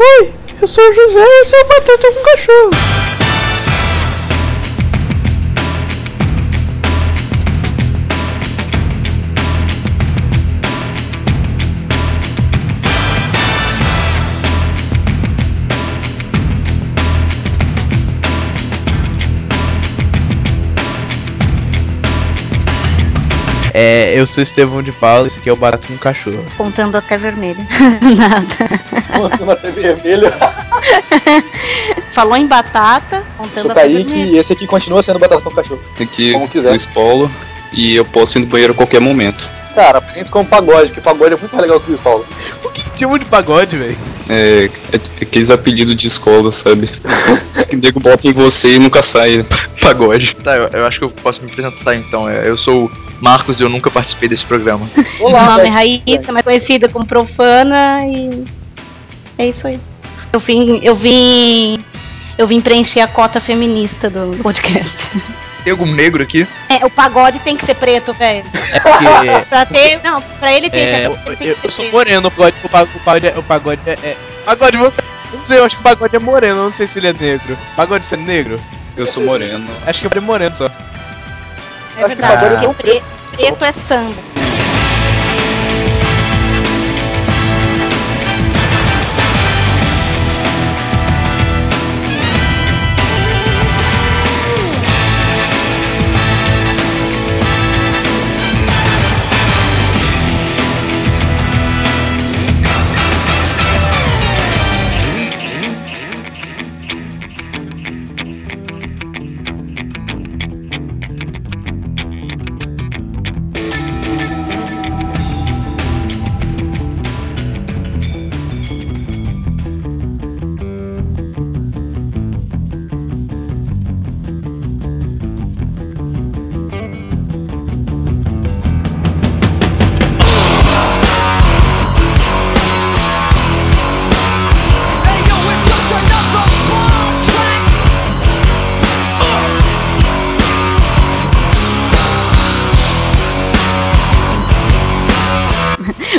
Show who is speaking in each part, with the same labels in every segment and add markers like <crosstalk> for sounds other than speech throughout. Speaker 1: Oi, eu sou o José e esse é o Batata com Cachorro.
Speaker 2: É, eu sou Estevão de Paula, esse aqui é o Barato com Cachorro.
Speaker 3: Contando até vermelho. <laughs> Nada.
Speaker 4: Contando até vermelho.
Speaker 3: Falou em batata, contando
Speaker 4: Sou
Speaker 3: até
Speaker 4: Kaique
Speaker 3: vermelho.
Speaker 4: e esse aqui continua sendo batata com cachorro.
Speaker 5: Aqui
Speaker 4: Como quiser.
Speaker 5: Luiz Paulo. E eu posso ir no banheiro a qualquer momento.
Speaker 4: Cara, apresente como pagode, que pagode é muito mais legal que o Luiz Paulo.
Speaker 2: O que que chamam de pagode, velho?
Speaker 5: É, é aqueles apelidos de escola, sabe? que o nego bota em você e nunca sai. <laughs> Pagode.
Speaker 6: Tá, eu, eu acho que eu posso me apresentar então. É, Eu sou o Marcos e eu nunca participei desse programa.
Speaker 3: Meu
Speaker 4: Olá,
Speaker 3: nome é
Speaker 4: velho.
Speaker 3: Raíssa, mais conhecida como Profana e é isso aí. Eu vim, eu vim, eu vim preencher a cota feminista do podcast. <laughs>
Speaker 6: Tem algum negro aqui?
Speaker 3: É, o pagode tem que ser preto, velho.
Speaker 2: É porque.
Speaker 3: Pra ter, não, pra ele tem,
Speaker 2: é,
Speaker 3: que-
Speaker 2: eu,
Speaker 3: ele tem que
Speaker 2: eu-
Speaker 3: ser
Speaker 2: eu sou
Speaker 3: preto.
Speaker 2: moreno, o pagode, o pagode, o pagode, é- o pagode é, é. Pagode, você. Não sei, eu acho que o pagode é moreno, eu não sei se ele é negro. Pagode, você é negro?
Speaker 5: Eu sou moreno.
Speaker 2: Acho que ele é moreno só.
Speaker 3: É
Speaker 4: Acho que pagode é
Speaker 3: verdade,
Speaker 4: tão
Speaker 3: porque preto,
Speaker 4: preto.
Speaker 3: preto é samba.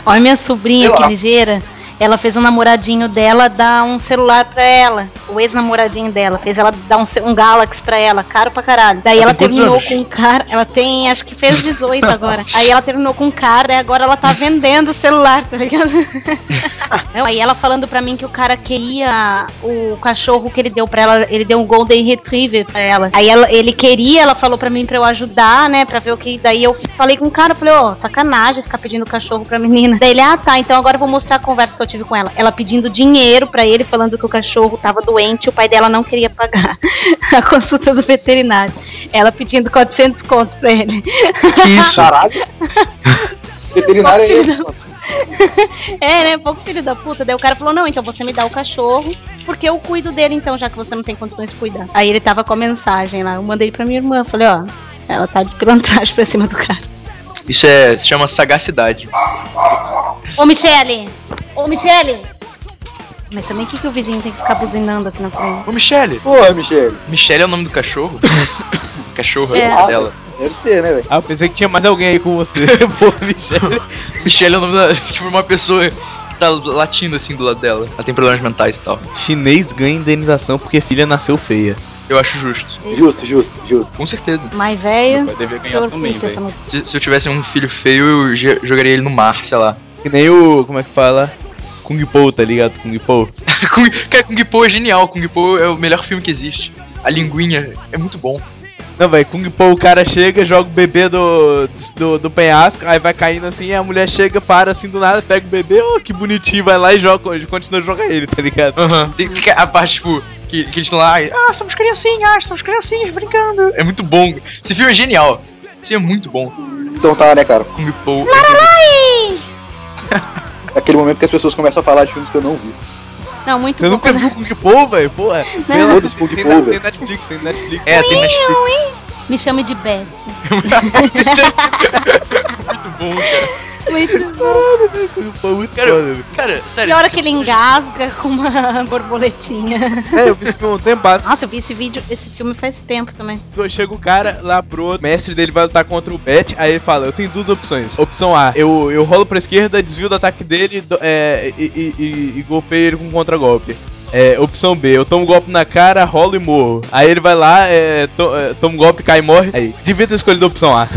Speaker 3: Olha minha sobrinha
Speaker 4: Sei
Speaker 3: que
Speaker 4: lá.
Speaker 3: ligeira. Ela fez um namoradinho dela dar um celular pra ela. O ex-namoradinho dela. Fez ela dar um, ce- um Galaxy pra ela, caro pra caralho. Daí ela,
Speaker 2: Ela tem quantos
Speaker 3: terminou
Speaker 2: anos?
Speaker 3: com um cara. Ela tem, acho que fez 18 agora. Aí ela terminou com um cara, e agora ela tá vendendo o celular, tá ligado? Não, aí ela falando pra mim que o cara queria o cachorro que ele deu pra ela, ele deu um Golden Retriever pra ela. Aí ela- ele queria, ela falou pra mim pra eu ajudar, né, pra ver o que. Daí eu falei com o cara, falei, ó, sacanagem ficar pedindo cachorro pra menina. Daí ele, ah tá, então agora eu vou mostrar a conversa que eu tive com ela. Ela pedindo dinheiro pra ele, falando que o cachorro tava doente, o pai dela não queria pagar <laughs> a consulta do veterinário. Ela pedindo 400 conto pra ele.
Speaker 6: Isso.
Speaker 4: Caralho. Veterinário é esse, mano.
Speaker 3: É, né? Pouco filho da puta. Daí o cara falou: não, então você me dá o cachorro, porque eu cuido dele, então, já que você não tem condições de cuidar. Aí ele tava com a mensagem lá. Eu mandei pra minha irmã, falei, ó, ela tá de pilantragem pra cima do cara.
Speaker 6: Isso é, se chama sagacidade.
Speaker 3: Ô, Michele! Ô, Michele! Mas também o que, que o vizinho tem que ficar buzinando aqui na frente?
Speaker 6: Ô, Michelle.
Speaker 4: Porra, Michele.
Speaker 6: Michelle é o nome do
Speaker 2: <laughs>
Speaker 6: cachorro? cachorro
Speaker 3: Sei
Speaker 6: é o
Speaker 4: lá.
Speaker 6: nome dela.
Speaker 4: Deve ser, né, velho?
Speaker 2: Ah, eu pensei que tinha mais alguém aí com você. Pô, Michel.
Speaker 6: <laughs> Michelle é o nome da. Tipo, uma pessoa que tá latindo assim do lado dela. Ela tem problemas mentais e tal.
Speaker 2: Chinês ganha indenização porque filha nasceu feia.
Speaker 6: Eu acho justo.
Speaker 4: Justo, justo, justo.
Speaker 6: Com certeza.
Speaker 3: Mais
Speaker 5: Meu
Speaker 3: velho.
Speaker 5: pai devia ganhar
Speaker 3: pior
Speaker 5: também,
Speaker 3: que essa
Speaker 5: velho.
Speaker 3: mulher.
Speaker 6: Se, se eu tivesse um filho feio, eu jo- jogaria ele no mar, sei lá.
Speaker 2: Que nem o. Como é que fala? Kung Po, tá ligado? Kung Po.
Speaker 6: <laughs> Kung- Cara, Kung Po é genial. Kung Po é o melhor filme que existe. A linguinha é muito bom.
Speaker 2: Não, velho, Kung Po, o cara chega, joga o bebê do, do, do penhasco, aí vai caindo assim, a mulher chega, para assim do nada, pega o bebê, ó, que bonitinho, vai lá e joga, continua a jogar ele, tá ligado?
Speaker 6: Tem que a parte, tipo, que, que eles estão lá. e, Ah, somos criancinhas, somos criancinhas brincando. É muito bom. Esse filme é genial. Esse filme é muito bom.
Speaker 4: Então tá, né, cara?
Speaker 6: Kung é, Po.
Speaker 4: Aquele momento que as pessoas começam a falar de filmes que eu não vi.
Speaker 3: Não, muito
Speaker 2: Você
Speaker 3: bom. <laughs>
Speaker 2: nunca viu Kung Po, velho? Porra.
Speaker 3: Não.
Speaker 4: Todos Kung
Speaker 2: tem,
Speaker 4: Po,
Speaker 2: na- tem
Speaker 4: velho.
Speaker 2: Netflix, tem Netflix.
Speaker 6: É, tem Netflix.
Speaker 5: <laughs>
Speaker 3: Me chame de Beth.
Speaker 6: muito bom, cara.
Speaker 3: Muito bom.
Speaker 2: Foi é muito
Speaker 6: Cara,
Speaker 2: foda, velho.
Speaker 6: Cara, sério.
Speaker 3: E a hora
Speaker 6: se-
Speaker 3: que ele engasga com uma <laughs> borboletinha.
Speaker 2: É, eu vi isso um tempo atrás.
Speaker 3: Nossa, eu vi esse vídeo, esse filme faz tempo também.
Speaker 2: Chega o cara lá pro outro, o mestre dele vai lutar contra o Pet, aí ele fala, eu tenho duas opções. Opção A, eu, eu rolo pra esquerda, desvio do ataque dele do- é, e, e, e- e golpeio ele com um contra-golpe. É, opção B, eu tomo um golpe na cara, rolo e morro. Aí ele vai lá, é, to- é, toma um golpe, cai e morre. Aí, devia ter escolhido a opção A.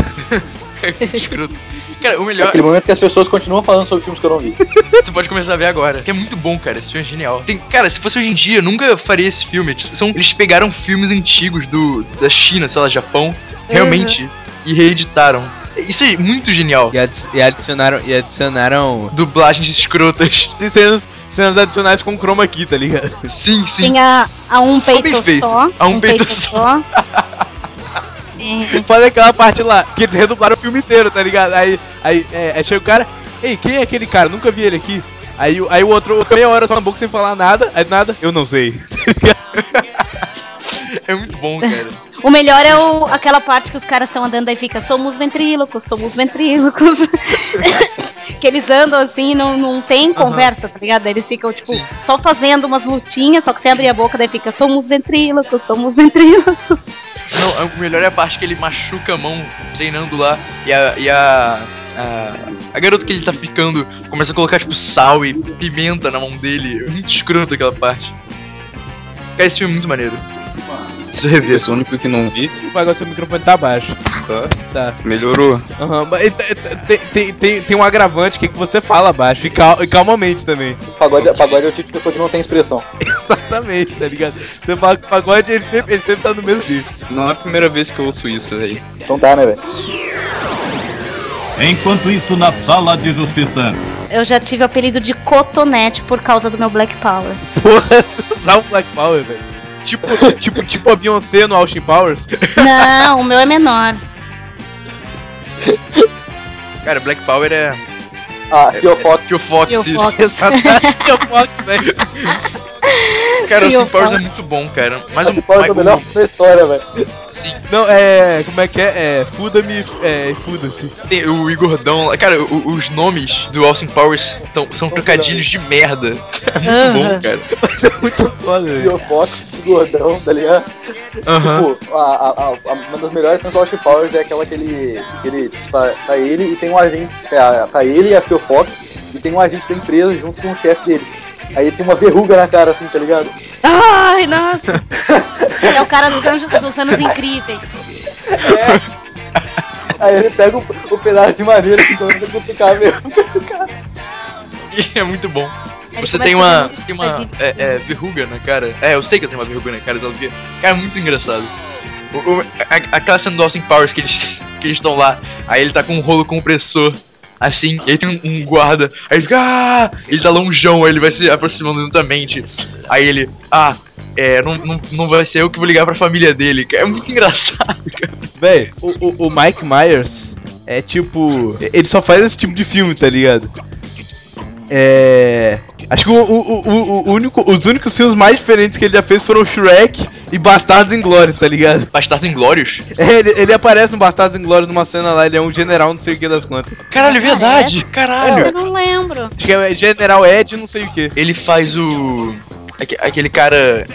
Speaker 6: escroto. Cara, o
Speaker 4: É
Speaker 6: melhor,
Speaker 4: aquele momento que as pessoas continuam falando sobre filmes que eu não vi.
Speaker 6: você pode começar a ver agora. Que é muito bom, cara. Esse filme é genial. Tem- cara, se fosse hoje em dia, eu nunca faria esse filme. Tipo, São, eles pegaram filmes antigos do, da China, sei lá, Japão, realmente, e reeditaram. Isso é muito genial.
Speaker 2: E, adi- e adicionaram... E adicionaram...
Speaker 6: Dublagens escrotas. <laughs>
Speaker 2: E cenas, cenas adicionais com chroma aqui, tá ligado?
Speaker 6: Sim, sim.
Speaker 3: Tem a, a um
Speaker 6: bem
Speaker 3: peito
Speaker 6: feito.
Speaker 3: só.
Speaker 6: A um peito só. <laughs>
Speaker 3: É,
Speaker 2: Faz aquela parte lá, que eles redublaram o filme inteiro, tá ligado? Aí, aí, é, aí chega o cara, ei, quem é aquele cara? Nunca vi ele aqui. Aí, o- aí o outro, outro meia hora só na boca sem falar nada, aí do nada, eu não sei.
Speaker 6: É muito bom, cara.
Speaker 3: O melhor é o, aquela parte que os caras estão andando e fica, somos ventrílocos, somos ventrílocos. <laughs> que eles andam assim e não, não tem conversa, tá ligado? Eles ficam, tipo,
Speaker 6: Sim.
Speaker 3: só fazendo umas lutinhas, só que você abre a boca, daí fica, somos ventrílocos, somos
Speaker 6: <laughs>
Speaker 3: ventrílocos.
Speaker 6: Não, o melhor é a parte que ele machuca a mão treinando lá e a. E a, a, a garota que ele tá ficando começa a colocar tipo sal e pimenta na mão dele. É muito escroto aquela parte. Cara, esse filme é muito maneiro.
Speaker 5: Preciso rever, sou o único que não vi.
Speaker 2: Agora seu microfone tá baixo.
Speaker 5: Tá,
Speaker 2: Tá.
Speaker 5: melhorou.
Speaker 2: Aham, mas e te- te- tem, tem, tem, tem um agravante que, é que você fala baixo e, cal- e calmamente também. <laughs>
Speaker 4: Pagode, pagode é o tipo de pessoa que não tem expressão.
Speaker 2: Exatamente, tá ligado? Você fala que o pagode, ele sempre, ele sempre tá no mesmo nível.
Speaker 5: Não é a primeira vez que eu ouço isso, velho.
Speaker 4: Então tá, né, velho?
Speaker 7: Enquanto isso, na sala de justiça.
Speaker 3: Eu já tive o apelido de cotonete por causa do meu Black Power.
Speaker 2: Porra, você usar o um Black Power, velho. Tipo, tipo, tipo a Beyoncé no Austin Powers. <laughs>
Speaker 3: não, o meu é menor.
Speaker 6: Cara, Black Power é.
Speaker 4: Ah, Fio Fox.
Speaker 6: Que o Fox,
Speaker 3: Tio
Speaker 6: isso.
Speaker 3: Fox.
Speaker 2: Exatamente, eu falo, um velho.
Speaker 6: Cara, o
Speaker 3: Tio
Speaker 6: Sim Powers é
Speaker 3: Fox.
Speaker 6: muito bom, cara. Mas
Speaker 4: Mas o Paulo é o melhor filme da história, velho.
Speaker 6: Sim,
Speaker 2: Não, é. Como é que é? É. Fuda-me. É. Fuda-se.
Speaker 6: tem o Igordão lá. Cara, o- os nomes do Austin Powers tão- são trocadilhos de merda. <laughs> É muito
Speaker 3: Aham.
Speaker 6: bom, cara.
Speaker 2: Mas é muito foda, velho.
Speaker 4: Fio Fox, gordão, tá ligado?
Speaker 6: Aham.
Speaker 4: Tipo, a, a, a- a- uma das melhores cenas do Austin Powers é aquela que ele. Que ele tá, tá ele e tem um agente. Tá, tá ele e a Fio Fox e tem um agente da empresa junto com o chefe dele. Aí ele tem uma verruga na cara, assim, tá ligado?
Speaker 3: Ai, nossa. <laughs> Ele é o cara dos, anjos, dos anos incríveis.
Speaker 4: Aí ele pega o, o pedaço de madeira assim, então que começa a cutucar mesmo.
Speaker 6: É muito bom.
Speaker 3: Ele
Speaker 6: Você
Speaker 3: começa
Speaker 6: tem
Speaker 3: a fazer
Speaker 6: uma,
Speaker 3: muito
Speaker 6: você tem uma
Speaker 3: trocadilho.
Speaker 6: é, é, verruga na cara. É, eu sei que eu tenho uma verruga na cara, Zalvia. Cara, é muito engraçado. O, o, a, aquela cena do Austin Powers que eles <laughs> que eles estão lá, aí ele tá com um rolo compressor, assim, e aí tem um, um guarda, aí ele fica, ah! Ele tá longeão, aí ele vai se aproximando lentamente. Aí ele, ah, é, não, não, não vai ser eu que vou ligar pra família dele. cara. É muito engraçado.
Speaker 2: Véi, o, o, o Mike Myers é tipo. Ele só faz esse tipo de filme, tá ligado? É. Acho que o, o, o, o único, os únicos filmes mais diferentes que ele já fez foram Shrek e Bastardos Inglórios, tá ligado? <laughs>
Speaker 6: Bastardos Inglórios?
Speaker 2: É, ele, ele aparece no Bastardos Inglórios numa cena lá, ele é um general, não sei o que das quantas.
Speaker 6: Caralho, é
Speaker 3: Ah,
Speaker 6: verdade! Caralho!
Speaker 3: Eu não lembro.
Speaker 2: Acho que é General Ed, não sei o que.
Speaker 6: Ele faz o. aque- Aquele cara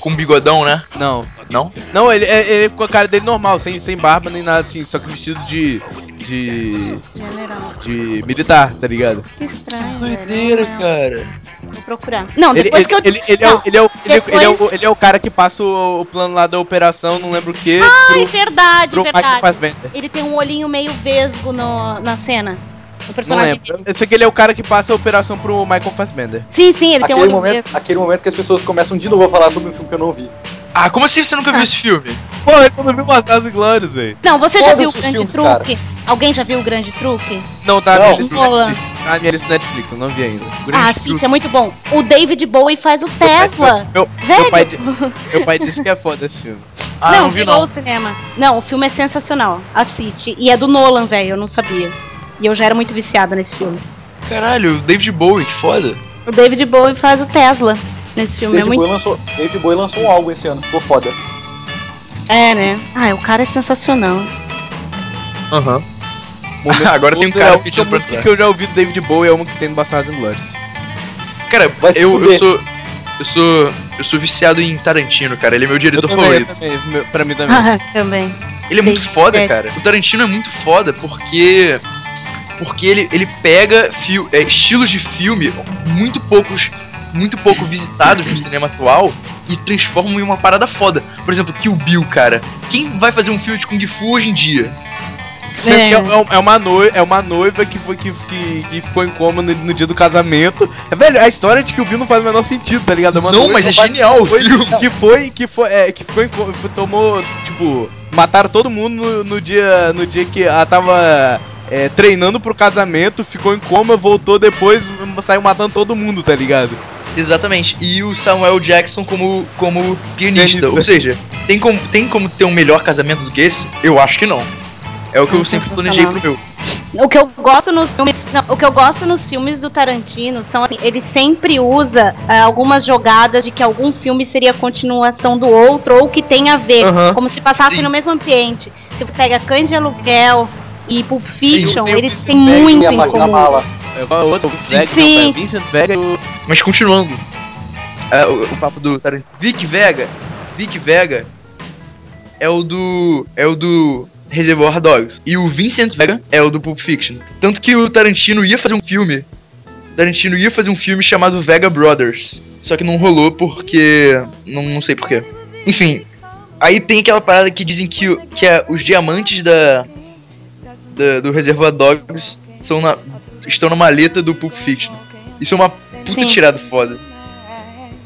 Speaker 6: com bigodão, né?
Speaker 2: Não,
Speaker 6: Não?
Speaker 2: Não, ele, é- ele ficou a cara dele normal, sem, sem barba nem nada assim, só que vestido de. de.
Speaker 3: General.
Speaker 2: de militar, tá ligado?
Speaker 3: um- Que estranho.
Speaker 6: Doideira,
Speaker 3: velho.
Speaker 6: cara.
Speaker 3: Vou procurar. Não,
Speaker 2: Ele,
Speaker 3: depois
Speaker 2: ele-
Speaker 3: que eu.
Speaker 2: ele- ele é o-
Speaker 3: Não,
Speaker 2: ele é o- ele-
Speaker 3: depois-
Speaker 2: ele é o- ele é o cara que passa o, o plano lá da operação, não lembro o que,
Speaker 3: Ai, verdade,
Speaker 2: pro, pro Michael
Speaker 3: verdade.
Speaker 2: Fassbender.
Speaker 3: Ele tem um olhinho meio vesgo no, na cena. O
Speaker 2: Não
Speaker 3: personagem
Speaker 2: lembro. Eu sei que ele é o cara que passa a operação pro Michael Fassbender.
Speaker 3: Sim, sim, ele tem um
Speaker 4: Aquele
Speaker 3: olho
Speaker 4: momento,
Speaker 3: vesgo.
Speaker 4: aquele momento que as pessoas começam de novo a falar sobre um filme que eu não vi.
Speaker 6: Ah, como assim você nunca viu esse filme?
Speaker 2: Pô, eu não vi Bastardos e Glórias, velho.
Speaker 3: Não, você já
Speaker 4: Todos
Speaker 3: viu o
Speaker 4: os
Speaker 3: grande
Speaker 4: filmes,
Speaker 3: truque? Alguém já viu o grande truque?
Speaker 2: Não, tá na
Speaker 4: Não.
Speaker 2: minha lista
Speaker 3: Não.
Speaker 2: Netflix. Tá na minha lista Netflix, eu não vi ainda.
Speaker 3: ah,
Speaker 2: Grande
Speaker 3: assiste, é muito bom. O David Bowie faz o Tesla.
Speaker 2: Meu,
Speaker 3: Velho.
Speaker 2: meu, pai, di- meu pai disse que é foda esse filme.
Speaker 6: Ah,
Speaker 3: não,
Speaker 6: não vi
Speaker 3: chegou
Speaker 6: não.
Speaker 3: o cinema. Não, o filme é sensacional. Assiste. E é do Nolan, velho, eu não sabia. E eu já era muito viciada nesse filme.
Speaker 6: Caralho, o David Bowie, que foda.
Speaker 3: O David Bowie faz o Tesla nesse filme. É
Speaker 4: David
Speaker 3: muito
Speaker 4: Bowie lançou, David Bowie lançou um álbum esse ano, ficou foda.
Speaker 3: É, né? Ah, o cara é sensacional.
Speaker 6: Aham. <laughs>
Speaker 2: Momento
Speaker 6: Agora tem um
Speaker 2: Buster
Speaker 6: cara
Speaker 2: é a
Speaker 6: pedindo
Speaker 2: única
Speaker 6: pra
Speaker 2: música
Speaker 6: entrar.
Speaker 2: que eu já ouvi do David Bowie é uma que tem no Bastardo Glórias.
Speaker 6: Cara,
Speaker 4: Vai se
Speaker 6: eu, eu
Speaker 4: fuder.
Speaker 6: sou. Eu sou. Eu sou viciado em Tarantino, cara. Ele é meu
Speaker 2: Eu
Speaker 6: diretor
Speaker 2: também, eu
Speaker 6: favorito.
Speaker 2: também, meu- pra mim também.
Speaker 3: Ah, <laughs> também.
Speaker 6: Ele é muito
Speaker 3: Sim,
Speaker 6: foda,
Speaker 3: é.
Speaker 6: cara. O Tarantino é muito foda porque. Porque ele, ele pega fio, é, estilos de filme muito poucos. Muito pouco visitados no cinema atual e transforma em uma parada foda. Por exemplo, Kill Bill, cara. Quem vai fazer um filme de Kung Fu hoje em dia?
Speaker 2: Sendo que É. um- é uma noiva, é uma noiva que, foi, que, que, que ficou em coma no, no dia do casamento. É, Velho, a história de que o Bill não faz o menor sentido, tá ligado? É uma
Speaker 6: não,
Speaker 2: noiva-
Speaker 6: mas é
Speaker 4: faz-
Speaker 6: genial o
Speaker 2: Foi-
Speaker 6: filme.
Speaker 2: que foi, que foi, é, que foi, foi- tomou, tipo, mataram todo mundo no, no dia, no dia que ela tava é, treinando pro casamento, ficou em coma, voltou depois, m- saiu matando todo mundo, tá ligado?
Speaker 6: Exatamente. E o Samuel Jackson como, como pianista.
Speaker 2: Pianista.
Speaker 6: Ou seja, tem como, tem como ter um melhor casamento do que esse? Eu acho que não. É o que eu sempre planejei pro meu.
Speaker 3: O que eu gosto nos filmes, não, o que eu gosto nos filmes do Tarantino são assim, ele sempre usa ah, algumas jogadas de que algum filme seria continuação do outro ou que tem a ver,
Speaker 2: Aham.
Speaker 3: como se passasse
Speaker 6: Sim.
Speaker 3: no mesmo ambiente. Se você pega Cães de Aluguel e Pulp Fiction,
Speaker 2: tem o
Speaker 3: eles
Speaker 2: Vincent
Speaker 3: têm
Speaker 2: Vega,
Speaker 4: E
Speaker 3: muito
Speaker 4: a
Speaker 3: em
Speaker 4: parte da
Speaker 3: comum.
Speaker 4: mala.
Speaker 2: É, qual é o outro?
Speaker 6: Sim.
Speaker 2: Vega,
Speaker 3: Sim.
Speaker 2: Não, é Vincent Vega e o-
Speaker 6: Mas continuando. Ah, o, o papo do Tarantino. Vic Vega. Vic Vega é o do. é o do. Reservoir Dogs. E o Vincent Vega é o do Pulp Fiction. Tanto que o Tarantino ia fazer um filme. O Tarantino ia fazer um filme chamado Vega Brothers. Só que não rolou porque. Não, não sei porquê. Enfim. Aí tem aquela parada que dizem que, o- que a- os diamantes da, da- do Reservoir Dogs são na, estão na maleta do Pulp Fiction. Isso é uma puta
Speaker 3: Sim.
Speaker 6: tirada foda.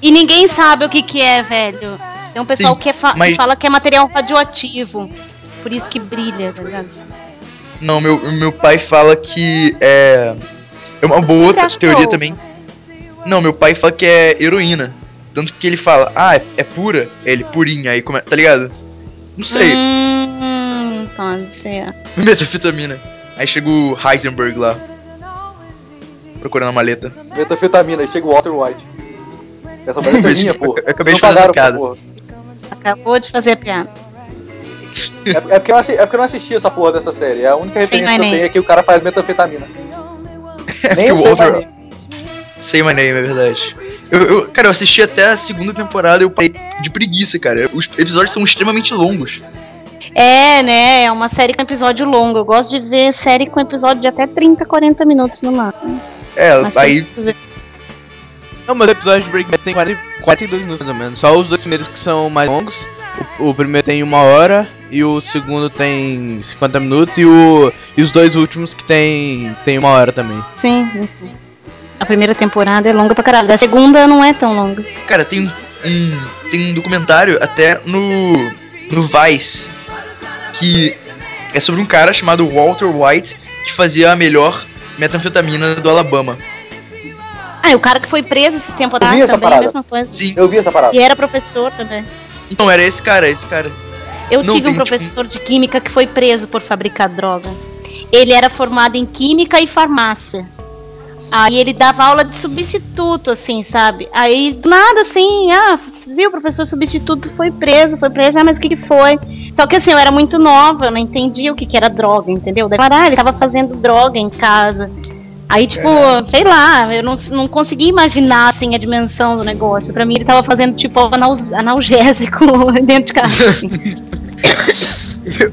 Speaker 3: E ninguém sabe o que que é, velho. Tem um pessoal
Speaker 6: Sim,
Speaker 3: que, é fa- que
Speaker 6: mas-
Speaker 3: fala que é material radioativo. Por isso que brilha, tá ligado?
Speaker 6: Não, meu, meu pai fala que é. É uma boa outra
Speaker 3: acho que
Speaker 6: teoria
Speaker 3: eu-
Speaker 6: também. Não, meu pai fala que é heroína. Tanto que ele fala, ah, é, é pura? Ele, purinha, aí começa. Tá ligado? Não sei. <laughs>
Speaker 3: Hum, pode ser.
Speaker 6: Metafetamina. Aí chega o Heisenberg lá. Procurando a maleta. <laughs>
Speaker 4: Metafetamina, aí chega o Walter White. Essa merda é minha, pô.
Speaker 6: Eu acabei
Speaker 4: Vocês
Speaker 6: de fazer
Speaker 4: pagaram,
Speaker 6: essa piada.
Speaker 4: porra.
Speaker 3: Acabou de fazer a piada.
Speaker 4: É, é porque eu assi- é porque eu não assisti essa porra dessa série. A única
Speaker 3: Sem
Speaker 4: referência que eu
Speaker 3: maneira.
Speaker 4: tenho é que o cara faz metafetamina.
Speaker 6: <laughs> É
Speaker 4: Nem
Speaker 6: que
Speaker 4: eu
Speaker 6: o
Speaker 4: sei o
Speaker 6: Walter-
Speaker 4: nome.
Speaker 6: Sei my name, é verdade. Eu, eu- cara, eu assisti até a segunda temporada e eu parei de preguiça, cara. Os episódios são extremamente longos.
Speaker 3: É, né? É uma série com episódio longo. Eu gosto de ver série com episódio de até 30, 40 minutos no máximo.
Speaker 6: É,
Speaker 3: Mas
Speaker 6: aí.
Speaker 3: preciso ver.
Speaker 2: Não, mas o episódio de Breaking Bad tem 40, 42 minutos mais ou menos. Só os dois primeiros que são mais longos. O, o primeiro tem uma hora e o segundo tem 50 minutos e, o, e os dois últimos que tem, tem uma hora também.
Speaker 3: Sim. enfim. A primeira temporada é longa pra caralho. A segunda não é tão longa.
Speaker 6: Cara, tem um, um- tem um documentário até no no Vice que é sobre um cara chamado Walter White que fazia a melhor metanfetamina do Alabama.
Speaker 3: Ah, e o cara que foi preso esse tempo atrás
Speaker 4: vi essa
Speaker 3: também, é a
Speaker 4: parada.
Speaker 3: mesma coisa.
Speaker 6: Sim.
Speaker 4: Eu vi essa parada.
Speaker 3: E era professor também.
Speaker 6: Então era esse cara, esse cara.
Speaker 3: Eu
Speaker 6: Não,
Speaker 3: tive um
Speaker 6: tem, tipo,
Speaker 3: professor de química que foi preso por fabricar droga. Ele era formado em química e farmácia. Aí ele dava aula de substituto, assim, sabe? Aí do nada, assim, ah, viu, o professor substituto foi preso, foi preso, ah, mas o que, que foi? Só que assim, eu era muito nova, eu não entendia o que, que era droga, entendeu? Daí, caralho, ele tava fazendo droga em casa. Aí, tipo, sei lá, eu não, não conseguia imaginar, assim, a dimensão do negócio. Pra mim, ele tava fazendo, tipo, anals- analgésico <laughs> dentro de casa. assim.
Speaker 6: <laughs>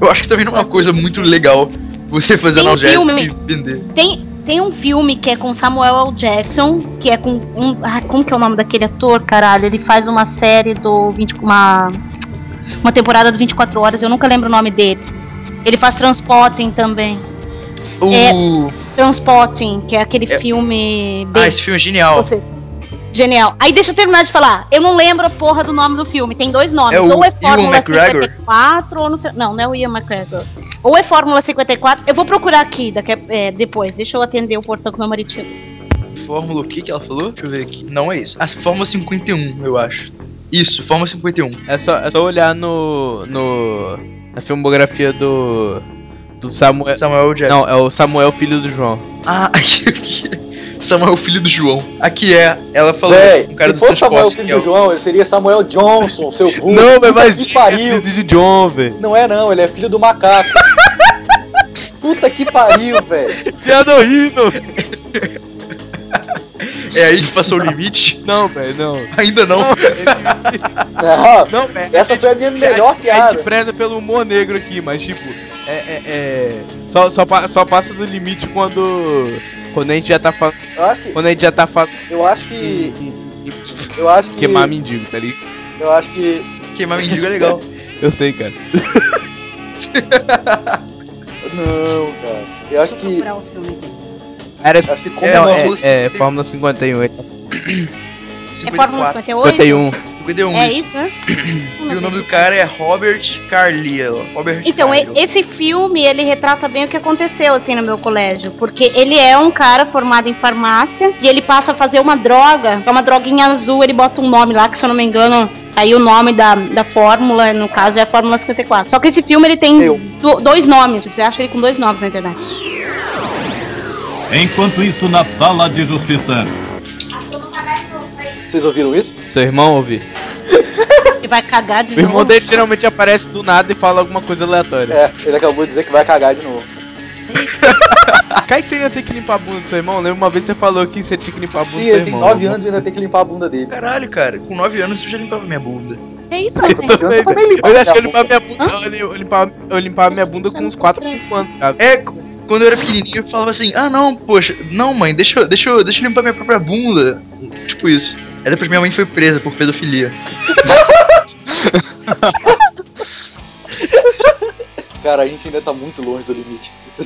Speaker 6: Eu acho que também não é uma coisa muito legal você fazer
Speaker 3: Tem um
Speaker 6: analgésico
Speaker 3: filme.
Speaker 6: e vender.
Speaker 3: Tem, tem um filme que é com Samuel L. Jackson, que é com um. Ah, como que é o nome daquele ator, caralho? Ele faz uma série do. 20, uma, uma temporada do 24 Horas, eu nunca lembro o nome dele. Ele faz Transpotting também.
Speaker 6: O
Speaker 3: É. Transpotting, que é aquele
Speaker 6: É.
Speaker 3: filme. B.
Speaker 6: Ah, esse filme é genial.
Speaker 3: Vocês- Genial. Aí deixa eu terminar de falar. Eu não lembro a porra do nome do filme. Tem dois nomes.
Speaker 6: É o
Speaker 3: ou é
Speaker 6: Ewan
Speaker 3: Fórmula
Speaker 6: McGregor?
Speaker 3: 54, ou não sei. Não, não é o Ian McGregor. Ou é Fórmula 54. Eu vou procurar aqui daqui a- é, depois. Deixa eu atender o portão que meu marido chegou.
Speaker 6: Fórmula o que que ela falou? Deixa eu ver aqui. Não é isso. Ah, Fórmula 51, eu acho. Isso, Fórmula 51.
Speaker 2: É só, é só olhar no, no. na filmografia do. do Samuel.
Speaker 6: Samuel Jackson.
Speaker 2: Não, é o Samuel, filho do João.
Speaker 6: Ah, <laughs> aqui, aqui. Samuel, filho do João. Aqui é, ela falou.
Speaker 4: Véi,
Speaker 6: um
Speaker 4: se
Speaker 6: do
Speaker 4: fosse Samuel
Speaker 6: transporte,
Speaker 4: filho
Speaker 6: que é
Speaker 4: do
Speaker 6: o-
Speaker 4: João, ele seria Samuel Johnson,
Speaker 6: <laughs>
Speaker 4: seu burro.
Speaker 2: não, mas
Speaker 4: Puta
Speaker 2: mais
Speaker 4: que pariu.
Speaker 2: filho de John, velho.
Speaker 6: <laughs>
Speaker 4: Não é não, ele é filho do macaco. Puta que pariu, velho.
Speaker 2: Piada horrível.
Speaker 6: É aí que passou o limite? <laughs>
Speaker 2: Não, velho, não.
Speaker 6: Ainda não.
Speaker 4: Não,
Speaker 2: Não, velho.
Speaker 4: essa foi a minha melhor
Speaker 6: é
Speaker 2: A gente
Speaker 4: piada.
Speaker 2: preza pelo humor negro aqui, mas tipo, é. é, é- só, só, pa- só passa do limite quando. Quando a gente já tá fa...
Speaker 6: tipo-
Speaker 4: Eu acho que.
Speaker 2: Quando a gente já tá fa...
Speaker 4: Eu acho que. Eu acho que.
Speaker 2: queimar mendigo, tá ligado?
Speaker 4: Eu acho que.
Speaker 6: Queimar mendigo é legal.
Speaker 2: Eu sei, cara.
Speaker 4: Não, cara. Eu acho que.
Speaker 3: procurar o filme aqui.
Speaker 2: Era
Speaker 4: Acho que como
Speaker 2: é,
Speaker 4: não.
Speaker 2: é, é, Fórmula 51, é
Speaker 6: Tipo
Speaker 3: É Fórmula 58?
Speaker 2: 51.
Speaker 6: 51.
Speaker 3: É isso mesmo?
Speaker 6: <coughs> E o nome do cara é Robert Carlyle. Robert
Speaker 3: Então, e-
Speaker 6: Carlyle.
Speaker 3: esse filme, ele retrata bem o que aconteceu, assim, no meu colégio. Porque ele é um cara formado em farmácia e ele passa a fazer uma droga, que é uma droguinha azul, ele bota um nome lá, que se eu não me engano, aí o nome da, da fórmula, no caso, é a Fórmula 54. Só que esse filme, ele tem
Speaker 4: Eu.
Speaker 3: do- dois nomes, você acha ele com dois nomes na internet.
Speaker 7: Enquanto isso, na sala de justiça.
Speaker 4: Vocês ouviram isso?
Speaker 2: Seu irmão ouve.
Speaker 3: Ele vai cagar de
Speaker 2: O irmão
Speaker 3: novo.
Speaker 2: dele geralmente aparece do nada e fala alguma coisa aleatória.
Speaker 4: É, ele acabou de dizer que vai cagar de novo.
Speaker 2: Cai que você ia ter que limpar a bunda do seu irmão? Lembra uma vez você falou que você tinha que limpar a bunda
Speaker 4: Sim,
Speaker 2: do seu
Speaker 4: ele tem
Speaker 2: irmão?
Speaker 4: 9 anos e ainda tem que limpar a bunda dele.
Speaker 6: Caralho, cara. Com 9 anos eu já limpava minha bunda.
Speaker 3: É isso,
Speaker 2: <laughs> Eu
Speaker 3: gente.
Speaker 2: também,
Speaker 4: Eu também
Speaker 2: velho.
Speaker 4: limpava
Speaker 2: Eu acho que eu
Speaker 4: minha
Speaker 2: limpava minha bunda. Eu limpava, eu limpava minha bunda com uns 4, 5 anos. cara.
Speaker 6: É, c- quando eu era pequenininho eu falava assim, ah não, poxa, não mãe, deixa, eu- deixa, eu- deixa eu limpar minha própria bunda. Tipo isso. Aí depois minha mãe foi presa por pedofilia.
Speaker 4: Cara, a gente ainda tá muito longe do limite. A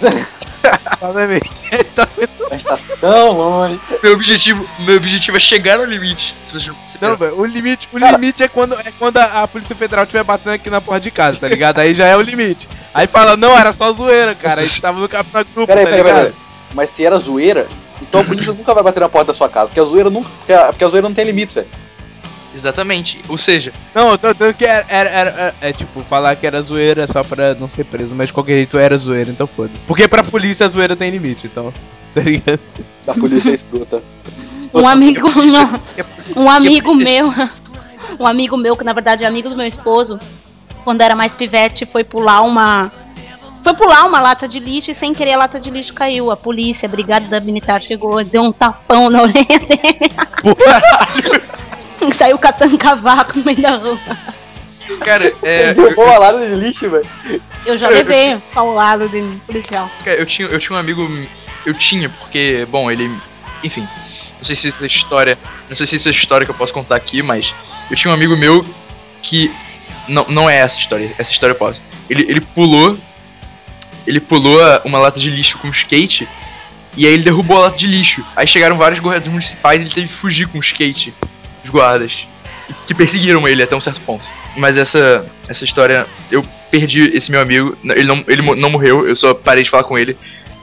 Speaker 4: gente tá tão
Speaker 2: <laughs>
Speaker 4: longe.
Speaker 6: Meu objetivo, meu objetivo é chegar ao limite. Se você não
Speaker 2: Não,
Speaker 6: perceber.
Speaker 2: velho, o limite, o
Speaker 4: Cara-
Speaker 2: limite é quando, é quando a, a Polícia Federal estiver batendo aqui na porta de casa, tá ligado? Aí já é o limite. Aí fala, não, era só zoeira, cara. A gente tava no capitão grupo,
Speaker 4: Peraí,
Speaker 2: tá
Speaker 4: peraí,
Speaker 2: ligado?
Speaker 4: peraí. Mas se era zoeira, então a polícia nunca vai bater na porta da sua casa. Porque a zoeira nunca. Porque a, porque a zoeira não tem limites, velho.
Speaker 6: Exatamente. Ou seja,
Speaker 2: Não, eu tô dizendo que era, era- era- era- É tipo, falar que era zoeira só pra não ser preso, mas de qualquer jeito era zoeira, então foda. Porque pra polícia a zoeira tem limite, então. <laughs> Tá ligado?
Speaker 4: <laughs> A polícia é
Speaker 2: <laughs>
Speaker 4: escrota.
Speaker 3: Um amigo, não. Um amigo meu. Um amigo meu, que na verdade é amigo do meu esposo, quando era mais pivete, foi pular uma. Foi pular uma lata de lixo e sem querer a lata de lixo caiu. A polícia, a brigada militar chegou, deu um tapão na <laughs> orelha dele. Saiu catando cavaco no meio da rua.
Speaker 6: cara,
Speaker 4: <laughs>
Speaker 6: é,
Speaker 4: Ele
Speaker 6: eu,
Speaker 4: jogou a lata de lixo, velho.
Speaker 3: Eu já levei ao lado de policial.
Speaker 6: cara, eu tinha, eu tinha um amigo. Eu tinha, porque, bom, ele. Enfim. Não sei se isso é história. Não sei se isso é história que eu posso contar aqui, mas. Eu tinha um amigo meu que. Não, não é essa história, essa história eu posso. Ele, ele pulou. Ele pulou a- uma lata de lixo com um skate. E aí ele derrubou a lata de lixo. Aí chegaram vários guardas municipais e ele teve que fugir com o skate. Os guardas. Que perseguiram ele até um certo ponto. Mas essa, essa história. Eu perdi esse meu amigo. Ele não, ele mo- não morreu, eu só parei de falar com ele.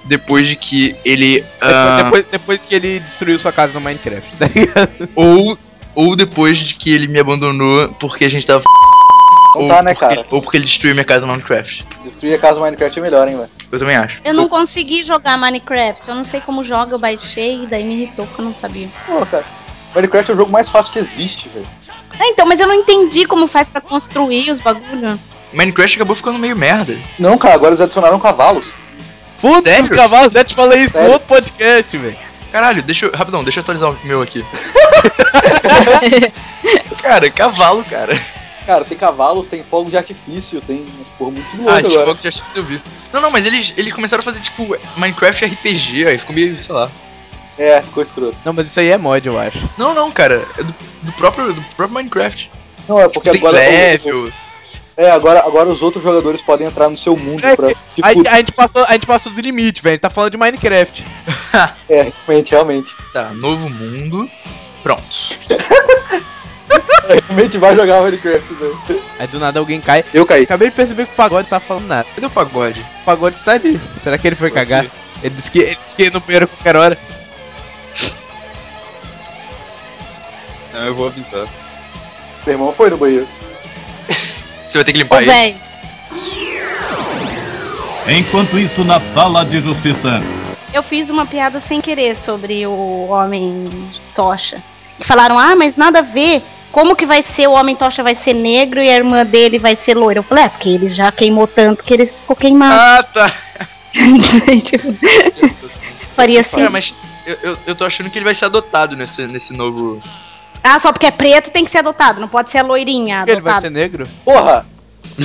Speaker 6: Depois de que ele. ah,
Speaker 2: Depois, depois que ele destruiu sua casa no Minecraft. <laughs> Tá ligado?
Speaker 6: Ou, ou depois de que ele me abandonou porque a gente tava.
Speaker 4: Não
Speaker 6: ou
Speaker 4: tá, né,
Speaker 6: porque-
Speaker 4: cara?
Speaker 6: Ou porque ele destruiu minha casa no Minecraft.
Speaker 4: Destruir a casa do Minecraft é melhor, hein, velho.
Speaker 6: Eu também acho.
Speaker 3: Eu não consegui jogar Minecraft, eu não sei como joga, eu baixei e daí me irritou porque eu não sabia.
Speaker 4: Pô, cara. Minecraft é o jogo mais fácil que existe, velho.
Speaker 3: Ah, então, mas eu não entendi como faz pra construir os bagulho.
Speaker 6: Minecraft acabou ficando meio merda.
Speaker 4: Não, cara, agora eles adicionaram cavalos.
Speaker 2: Foda-se, os
Speaker 6: Sério?
Speaker 2: cavalos, já te falei isso no
Speaker 4: Sério?
Speaker 2: outro podcast, velho.
Speaker 6: Caralho, deixa eu. Rapidão, deixa eu atualizar o meu aqui. cara, cavalo, cara.
Speaker 4: Cara, tem cavalos, tem fogo de artifício, tem umas porra muito
Speaker 6: Ah,
Speaker 4: louca
Speaker 6: esse
Speaker 4: agora.
Speaker 6: fogo já tinha que eu vi. Não, não, mas eles, eles começaram a fazer tipo Minecraft RPG, aí ficou meio, sei lá. tipo-
Speaker 4: É, ficou escroto.
Speaker 2: Não, mas isso aí é mod, eu acho.
Speaker 6: Não, não, cara. É do, do próprio, do próprio Minecraft.
Speaker 4: Não, é porque
Speaker 6: Tem
Speaker 4: agora.
Speaker 6: level.
Speaker 4: É, agora, agora os outros jogadores podem entrar no seu mundo
Speaker 2: É,
Speaker 4: pra. Tipo,
Speaker 2: A, a gente passou, a gente passou do limite, velho. A gente tá falando de Minecraft.
Speaker 4: é, realmente, realmente.
Speaker 6: Tá, novo mundo. Pronto.
Speaker 4: Realmente vai jogar Minecraft, velho.
Speaker 2: Aí do nada alguém cai.
Speaker 4: Eu caí.
Speaker 2: Acabei de perceber que o pagode não tava falando nada.
Speaker 6: Cadê o pagode?
Speaker 2: O pagode está ali. Será que ele foi cagar? Ele disse que ele disse que ia no banheiro a qualquer hora.
Speaker 3: Tá
Speaker 5: Não, Então eu vou avisar.
Speaker 4: Meu irmão foi no banheiro.
Speaker 6: Você vai ter que
Speaker 3: Ô,
Speaker 2: Tá
Speaker 6: limpar ele.
Speaker 3: velho.
Speaker 7: Enquanto isso, na sala de justiça.
Speaker 3: Eu fiz uma piada sem querer sobre o Homem Tocha. E falaram, ah, mas nada a ver. Como que vai ser o Homem Tocha vai ser negro e a irmã dele vai ser loira? Eu falei, é, porque ele já queimou tanto que ele ficou queimado.
Speaker 6: Ah, tá.
Speaker 3: Tipo, <laughs> Faria assim.
Speaker 2: É,
Speaker 6: Cara, mas eu, eu, eu tô achando que ele vai ser adotado nesse, nesse novo.
Speaker 3: Ah, só porque é preto tem que ser adotado, não pode ser a loirinha
Speaker 2: Porque ele vai
Speaker 3: adotada.
Speaker 2: ser negro?
Speaker 4: Porra!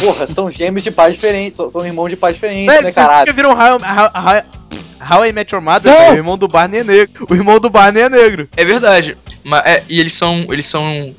Speaker 4: Porra, são gêmeos de pais diferentes, são, são irmãos de pais diferentes,
Speaker 2: Velho,
Speaker 4: né,
Speaker 2: vocês
Speaker 4: caralho?
Speaker 2: nunca viram How, How, How, How I Met Your Mother?
Speaker 4: Não!
Speaker 2: velho? O irmão do Barney é negro. O irmão do Barney é negro.
Speaker 6: É verdade. Mas, é, e eles são. Eles são.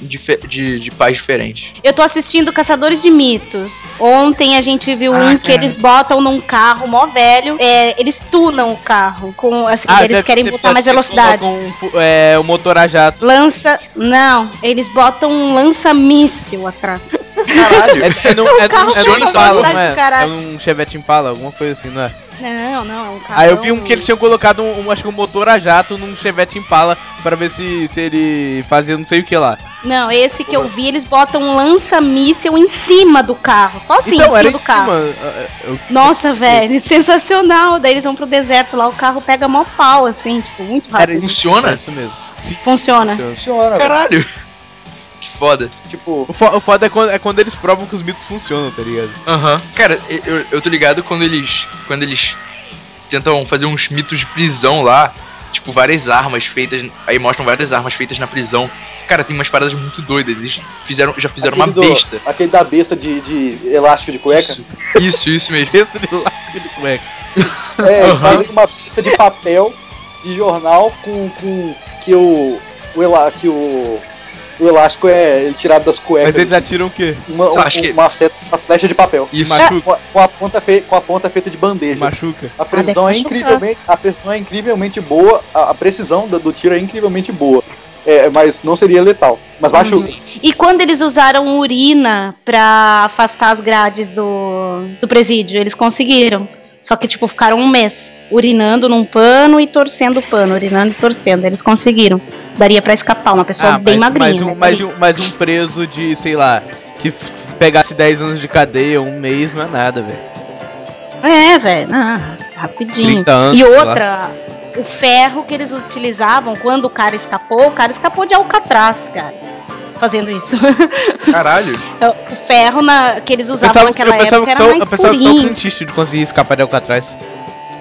Speaker 6: dife- De, de pais diferentes.
Speaker 3: Eu tô assistindo Caçadores de Mitos. Ontem a gente viu
Speaker 6: Ah,
Speaker 3: um que
Speaker 6: caralho.
Speaker 3: eles botam num carro mó velho. É, eles tunam o carro. Com, assim, eles
Speaker 2: Ah, deve
Speaker 3: querem
Speaker 2: ser
Speaker 3: botar mais
Speaker 2: porque
Speaker 3: velocidade.
Speaker 2: colocam Um, fu- é, o motor a jato.
Speaker 3: Lança. Não, eles botam um lança-míssil atrás.
Speaker 2: Caralho. É, é, num-
Speaker 3: <laughs>
Speaker 2: é,
Speaker 3: carro
Speaker 2: num- é,
Speaker 3: chega
Speaker 2: num
Speaker 3: com
Speaker 2: Impala,
Speaker 3: velocidade
Speaker 2: não é?
Speaker 3: tá do caralho.
Speaker 2: É um Chevette Impala, alguma coisa assim, não é?
Speaker 3: Não, não, é um carro.
Speaker 2: Aí eu vi um que eles tinham colocado um, um- acho que um motor a jato num Chevette Impala pra ver se, se ele fazia não sei o que lá.
Speaker 3: Não, esse que eu vi, eles botam um lança-míssil em cima do carro. Só assim,
Speaker 2: Então,
Speaker 3: em cima do carro.
Speaker 2: ah, ah, eu-
Speaker 3: Nossa, velho, sensacional. Daí eles vão pro deserto lá, o carro pega mó pau, assim, tipo, muito
Speaker 2: Era
Speaker 3: rápido.
Speaker 6: Funciona?
Speaker 2: É isso mesmo. Sim,
Speaker 3: Funciona.
Speaker 2: funciona.
Speaker 4: Funciona, velho.
Speaker 6: Caralho! Que foda.
Speaker 4: Tipo,
Speaker 2: O, fo- o foda é quando, é quando eles provam que os mitos funcionam, tá ligado?
Speaker 6: Aham. Cara, eu, eu tô ligado quando eles. Quando eles tentam fazer uns mitos de prisão lá. Tipo, várias armas feitas. Aí mostram várias armas feitas na prisão. Cara, tem umas paradas muito doidas. Eles fizeram, já fizeram uma
Speaker 4: aquele,
Speaker 6: besta.
Speaker 4: do, aquele da besta de, de elástico de cueca.
Speaker 6: Isso, isso, isso mesmo.
Speaker 2: Dentro de elástico de cueca.
Speaker 4: É, eles
Speaker 6: Aham.
Speaker 4: fazem uma pista de papel de jornal com, com que o o, elá, que o o elástico é ele tirado das cuecas. assim,
Speaker 2: Mas eles atiram o quê?
Speaker 4: uma, um,
Speaker 6: Eu acho que-
Speaker 4: uma, seta- uma flecha de papel.
Speaker 6: Isso.
Speaker 2: Machuca.
Speaker 4: Com a, com a ponta fe, com a ponta feita de bandeja.
Speaker 2: Machuca.
Speaker 4: A precisão
Speaker 3: Ah,
Speaker 4: é
Speaker 3: deve machucar.
Speaker 4: incrivelmente, a precisão é incrivelmente boa, a, a precisão do, do tiro é incrivelmente boa. É, mas não seria letal. Mas machuca.
Speaker 3: E quando eles usaram urina pra afastar as grades do, do presídio, eles conseguiram. Só que, tipo, ficaram um mês urinando num pano e torcendo o pano, urinando e torcendo. Eles conseguiram. Daria pra escapar, uma pessoa
Speaker 2: Ah,
Speaker 3: bem né?
Speaker 2: mas,
Speaker 3: magrinha.
Speaker 2: mais, um,
Speaker 3: mas
Speaker 2: mais,
Speaker 3: daria.
Speaker 2: um, mais um preso de, sei lá, que f- pegasse 10 anos de cadeia, um mês, não é nada, velho.
Speaker 3: É, velho. Ah, rapidinho.
Speaker 2: 30 anos.
Speaker 3: E
Speaker 2: sei lá.
Speaker 3: outra, o ferro que eles utilizavam quando o cara escapou, o cara escapou de Alcatraz, cara. Fazendo isso. <laughs>
Speaker 6: Caralho.
Speaker 3: Então, o ferro na- que eles
Speaker 2: Eu
Speaker 3: usavam naquela
Speaker 2: pensava, eu pensava
Speaker 3: época
Speaker 2: que só,
Speaker 3: era
Speaker 2: eu
Speaker 3: mais
Speaker 2: pensava que só o
Speaker 3: purinho.
Speaker 2: Clint Eastwood conseguia escapar de Alcatraz.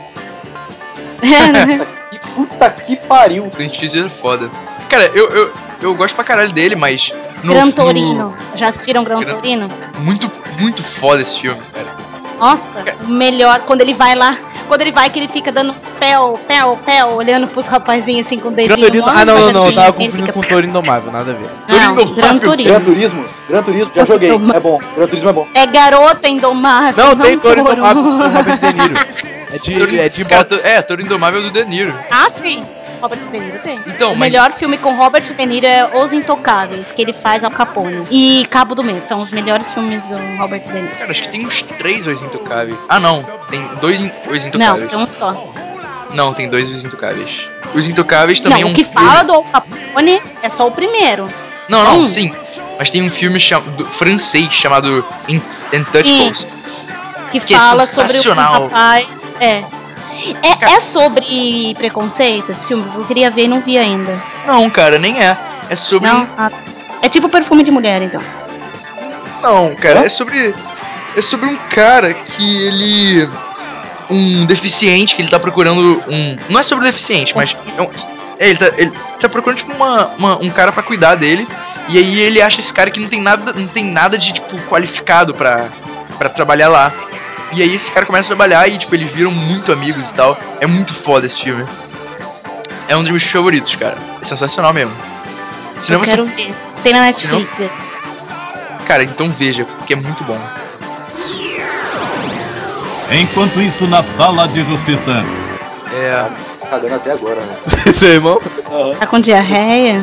Speaker 3: <laughs> É, né?
Speaker 4: Que puta que pariu.
Speaker 6: Clint Eastwood é foda. Cara, eu, eu, eu gosto pra caralho dele, mas. no-
Speaker 3: Gran
Speaker 6: no-
Speaker 3: Torino. Já assistiram Gran
Speaker 6: Gran-
Speaker 3: Torino?
Speaker 6: muito, muito foda esse filme, cara.
Speaker 3: Nossa,
Speaker 6: É.
Speaker 3: o melhor quando ele vai lá. Quando ele vai que ele fica dando uns pé, ó, pé, ó, pé, ó, olhando pros rapazinhos assim com o dedinho.
Speaker 2: Torino.
Speaker 3: no
Speaker 2: Ah, não, não, não. Eu
Speaker 3: olho,
Speaker 2: tava
Speaker 3: assim, ele
Speaker 2: confundindo
Speaker 3: fica-
Speaker 2: com o Toro Indomável,
Speaker 3: <laughs>
Speaker 2: nada a ver.
Speaker 6: Torino
Speaker 3: Não, Gran
Speaker 6: Indomável.
Speaker 4: Gran
Speaker 3: Turismo.
Speaker 4: Turismo? Gran Turismo, já joguei. É bom. Gran Turismo é bom.
Speaker 3: É garota indomável.
Speaker 2: Não, tem Toro
Speaker 3: touro.
Speaker 2: Indomável com o Robert De Niro. É <laughs> de, é de
Speaker 6: Cara,
Speaker 2: bota.
Speaker 6: to- é, Toro Indomável do De Niro.
Speaker 3: Ah, sim. Robert De Niro tem.
Speaker 6: Então,
Speaker 3: o
Speaker 6: mas-
Speaker 3: melhor filme com Robert De Niro é Os Intocáveis, que ele faz Al Capone. E Cabo do Medo, são os melhores filmes do Robert De Niro.
Speaker 6: Cara, acho que tem uns três Os Intocáveis. Ah, não. Tem dois, in- Os
Speaker 3: Não,
Speaker 6: Intocáveis.
Speaker 3: é um só.
Speaker 6: Não, tem dois Os Intocáveis. Os Intocáveis também
Speaker 3: não,
Speaker 6: é um
Speaker 3: o que
Speaker 6: filme-
Speaker 3: fala do Al Capone é só o primeiro.
Speaker 6: Não, não,
Speaker 3: Hum.
Speaker 6: sim. Mas tem um filme cham... do- francês chamado In- Intouchables.
Speaker 3: Que,
Speaker 6: Que é
Speaker 3: fala sobre o
Speaker 6: sensacional.
Speaker 3: rapaz. É. É, é sobre preconceito esse filme? Eu queria ver e não vi ainda.
Speaker 6: Não, cara, nem é. É sobre.
Speaker 3: Não? Ah, é tipo perfume de mulher, então.
Speaker 6: Não, cara, é sobre. É sobre um cara que ele. Um deficiente que ele tá procurando um. Não é sobre o deficiente, mas. É, um- é, ele, tá, ele tá procurando, tipo, uma, uma- um cara pra cuidar dele. E aí ele acha esse cara que não tem nada, não tem nada de, tipo, qualificado pra, pra trabalhar lá. E aí esse cara começa a trabalhar e, tipo, eles viram muito amigos e tal. É muito foda esse filme. É um dos meus favoritos, cara. É sensacional mesmo.
Speaker 3: Eu
Speaker 6: Cinema
Speaker 3: quero ver. Tem na Netflix.
Speaker 6: Cara, então veja, porque é muito bom.
Speaker 7: Enquanto isso, na sala de justiça.
Speaker 6: É.
Speaker 4: Cagando até agora, né?
Speaker 2: Seu irmão?
Speaker 4: Aham.
Speaker 3: Tá com diarreia?
Speaker 4: É.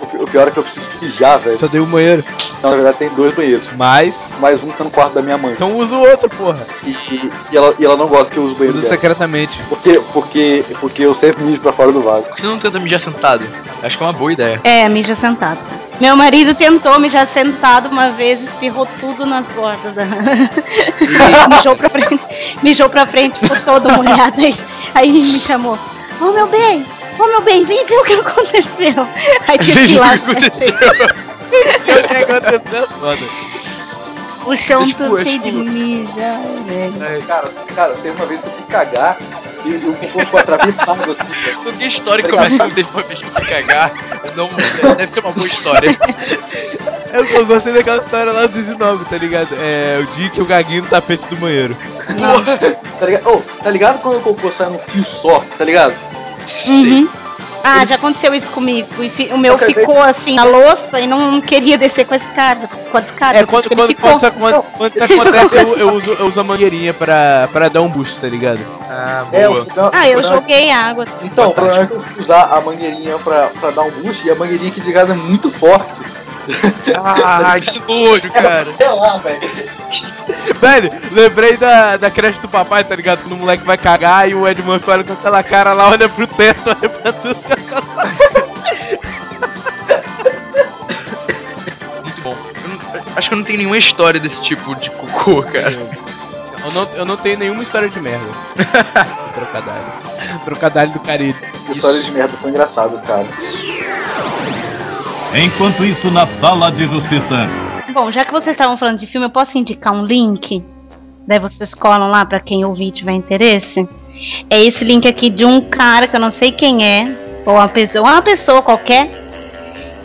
Speaker 4: O pi- O pior é que eu preciso mijar, velho.
Speaker 2: <laughs> Só dei um banheiro.
Speaker 4: Não, na verdade tem dois banheiros.
Speaker 2: Mas.
Speaker 4: Mais um tá no quarto da minha mãe.
Speaker 2: Então usa o outro, porra.
Speaker 4: E, e- e ela, e ela não gosta que eu use o banheiro
Speaker 2: Usa
Speaker 4: dela.
Speaker 2: secretamente.
Speaker 4: Porque, porque, porque eu sempre mijo pra fora do vaso.
Speaker 6: Por que você não tenta mijar sentado? Acho que é uma boa ideia.
Speaker 3: É, mija sentado. Meu marido tentou mijar sentado uma vez, espirrou tudo nas bordas. <laughs> Da... mijou, pra frente, mijou pra frente, ficou todo molhado. Aí, aí me chamou. Ô meu bem, ô meu bem, vem ver o que aconteceu. Aí tive que ir lá.
Speaker 2: O que aconteceu? Foda.
Speaker 3: O chão
Speaker 6: É tipo-
Speaker 3: todo
Speaker 6: é
Speaker 3: cheio
Speaker 6: tipo-
Speaker 3: de né? mija, velho.
Speaker 4: Cara, cara, teve uma vez que eu fui cagar e o cocô ficou atravessado assim, cara.
Speaker 6: Qualquer história que é começa com teve uma vez que eu fui cagar, não, deve ser uma boa história.
Speaker 2: Eu, eu gostei daquela história lá do Zinob, tá ligado? É, o dia que eu gaguei no tapete do banheiro.
Speaker 6: Porra,
Speaker 4: Tá ligado? Ô, tá ligado quando o cocô sai num fio só, tá ligado?
Speaker 3: Uhum. Ah,
Speaker 4: Eles-
Speaker 3: já aconteceu isso comigo. E fi- O meu
Speaker 4: Eu caguei-
Speaker 3: ficou assim na louça e não queria descer com a escada. Com a descarga.
Speaker 2: É, quando,
Speaker 3: Ele
Speaker 2: quando,
Speaker 3: ficou.
Speaker 2: quando isso acon- quando <laughs> isso
Speaker 3: Ficou
Speaker 2: acontece, eu,
Speaker 3: assim.
Speaker 2: eu uso, eu uso a mangueirinha pra, pra dar um boost, tá ligado?
Speaker 6: Ah,
Speaker 4: É,
Speaker 6: boa.
Speaker 4: o problema-
Speaker 3: Ah, eu
Speaker 4: o problema-
Speaker 3: joguei água.
Speaker 4: Então, o problema é que eu fui usar a mangueirinha pra, pra dar um boost e a mangueirinha aqui de casa é muito forte. <laughs>
Speaker 6: Ah, que nojo, cara.
Speaker 4: Até lá, velho.
Speaker 2: <laughs> Velho, lembrei da, da creche do papai, tá ligado? Quando o moleque vai cagar e o Edmund olha com aquela cara lá, olha pro teto, olha pra tudo.
Speaker 6: Muito bom. Eu não- acho que eu não tenho nenhuma história desse tipo de cocô, cara.
Speaker 2: Eu não, eu não tenho nenhuma história de <laughs> merda. Trocadalho. Trocadalho do carinho.
Speaker 4: Histórias de merda são engraçadas, cara.
Speaker 7: Enquanto isso, na sala de justiça.
Speaker 3: Bom, já que vocês estavam falando de filme, eu posso indicar um link? Daí vocês colam lá pra quem ouvir e tiver interesse. É esse link aqui de um cara que eu não sei quem é, ou uma pessoa, uma pessoa qualquer,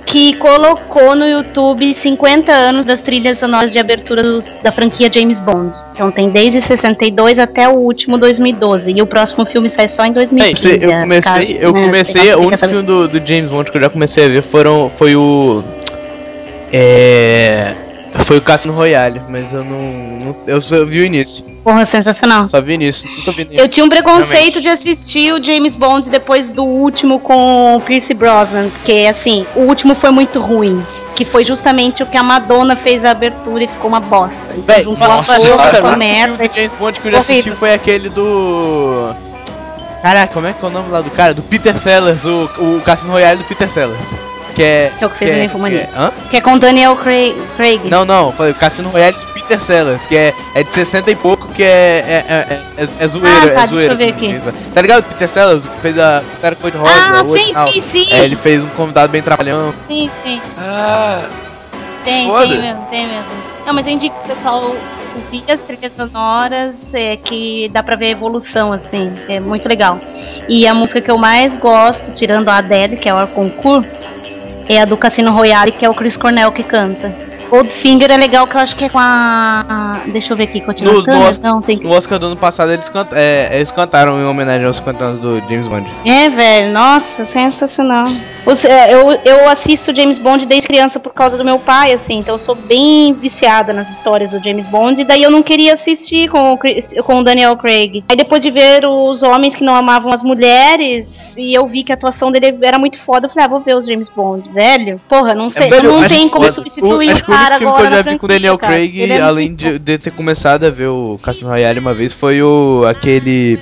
Speaker 3: que colocou no YouTube 50 anos das trilhas sonoras de abertura dos- da franquia James Bond. Então tem desde 62 até o último 2012. E o próximo filme sai só em 2015.
Speaker 2: Sei, eu
Speaker 3: é,
Speaker 2: comecei,
Speaker 3: caso,
Speaker 2: eu
Speaker 3: né,
Speaker 2: comecei,
Speaker 3: fica-
Speaker 2: o
Speaker 3: fica
Speaker 2: único
Speaker 3: sabendo.
Speaker 2: filme do, do James Bond que eu já comecei a ver foram, foi o. É. Foi o Cassino Royale, mas eu não. não- eu só vi o início.
Speaker 3: Porra, sensacional.
Speaker 2: Só vi o início. Nunca vi nenhum.
Speaker 3: Eu tinha um preconceito de assistir o James Bond depois do último com o Pierce Brosnan, porque assim, o último foi muito ruim. Que foi justamente o que a Madonna fez a abertura e ficou uma bosta. Então,
Speaker 2: Véi,
Speaker 3: juntou uma
Speaker 2: nossa,
Speaker 3: bosta
Speaker 4: cara,
Speaker 3: com
Speaker 2: O
Speaker 3: merda.
Speaker 2: filme do James Bond que eu já assisti
Speaker 3: Horrível.
Speaker 2: foi aquele do. Caraca, como é que é o nome lá do cara? Do Peter Sellers, o, o Cassino Royale do Peter Sellers. Que é.
Speaker 3: Que é o que fez
Speaker 2: é-
Speaker 3: o Nymphomania.
Speaker 2: que é- hã?
Speaker 3: Que é com Daniel Craig. Craig.
Speaker 2: Não, não, eu falei o Cassino Royale de Peter Sellers, que é, é de 60 e pouco, que é, é, é, é, é zoeiro,
Speaker 3: Ah, tá,
Speaker 2: é zoeiro.
Speaker 3: deixa eu ver
Speaker 2: Tá ligado? Peter Sellers, que fez a Pantera Cor de Rosa.
Speaker 3: ah,
Speaker 2: o
Speaker 3: sim,
Speaker 2: original.
Speaker 3: sim, sim,
Speaker 2: É, ele fez um convidado bem trabalhão.
Speaker 3: sim, sim.
Speaker 6: Ah,
Speaker 3: Tem,
Speaker 6: Foda.
Speaker 3: tem mesmo, tem mesmo. Não, mas eu indico pro pessoal ouvir as trilhas sonoras, é, que dá pra ver a evolução, assim, é muito legal. E a música que eu mais gosto, tirando a Adele, que é o Concur, é a do Cassino Royale, que é o Chris Cornell que canta. Goldfinger é legal, que eu acho que é com a... Deixa eu ver aqui, continua
Speaker 2: No-
Speaker 3: a câmera?
Speaker 2: nossa.
Speaker 3: Não, tem
Speaker 2: No Oscar do ano passado eles, canta- é, eles cantaram em homenagem aos 50 anos do James Bond.
Speaker 3: É, velho, nossa, sensacional. Os- é, eu, eu assisto James Bond desde criança por causa do meu pai, assim, então eu sou bem viciada nas histórias do James Bond, e daí eu não queria assistir com o, Chris- com o Daniel Craig. Aí depois de ver os homens que não amavam as mulheres, e eu vi que a atuação dele era muito foda, eu falei, ah, vou ver os James Bond, velho. Porra, não sei,
Speaker 2: É velho,
Speaker 3: não
Speaker 2: acho
Speaker 3: tem
Speaker 2: que
Speaker 3: como
Speaker 2: o-
Speaker 3: substituir o,
Speaker 2: acho que único
Speaker 3: cara
Speaker 2: filme
Speaker 3: agora
Speaker 2: que eu
Speaker 3: na
Speaker 2: já vi com o
Speaker 3: franquia,
Speaker 2: Daniel
Speaker 3: cara.
Speaker 2: Craig,
Speaker 3: Ele é
Speaker 2: além
Speaker 3: muito
Speaker 2: de, de ter começado a ver o Cassino Royale uma vez, foi o aquele...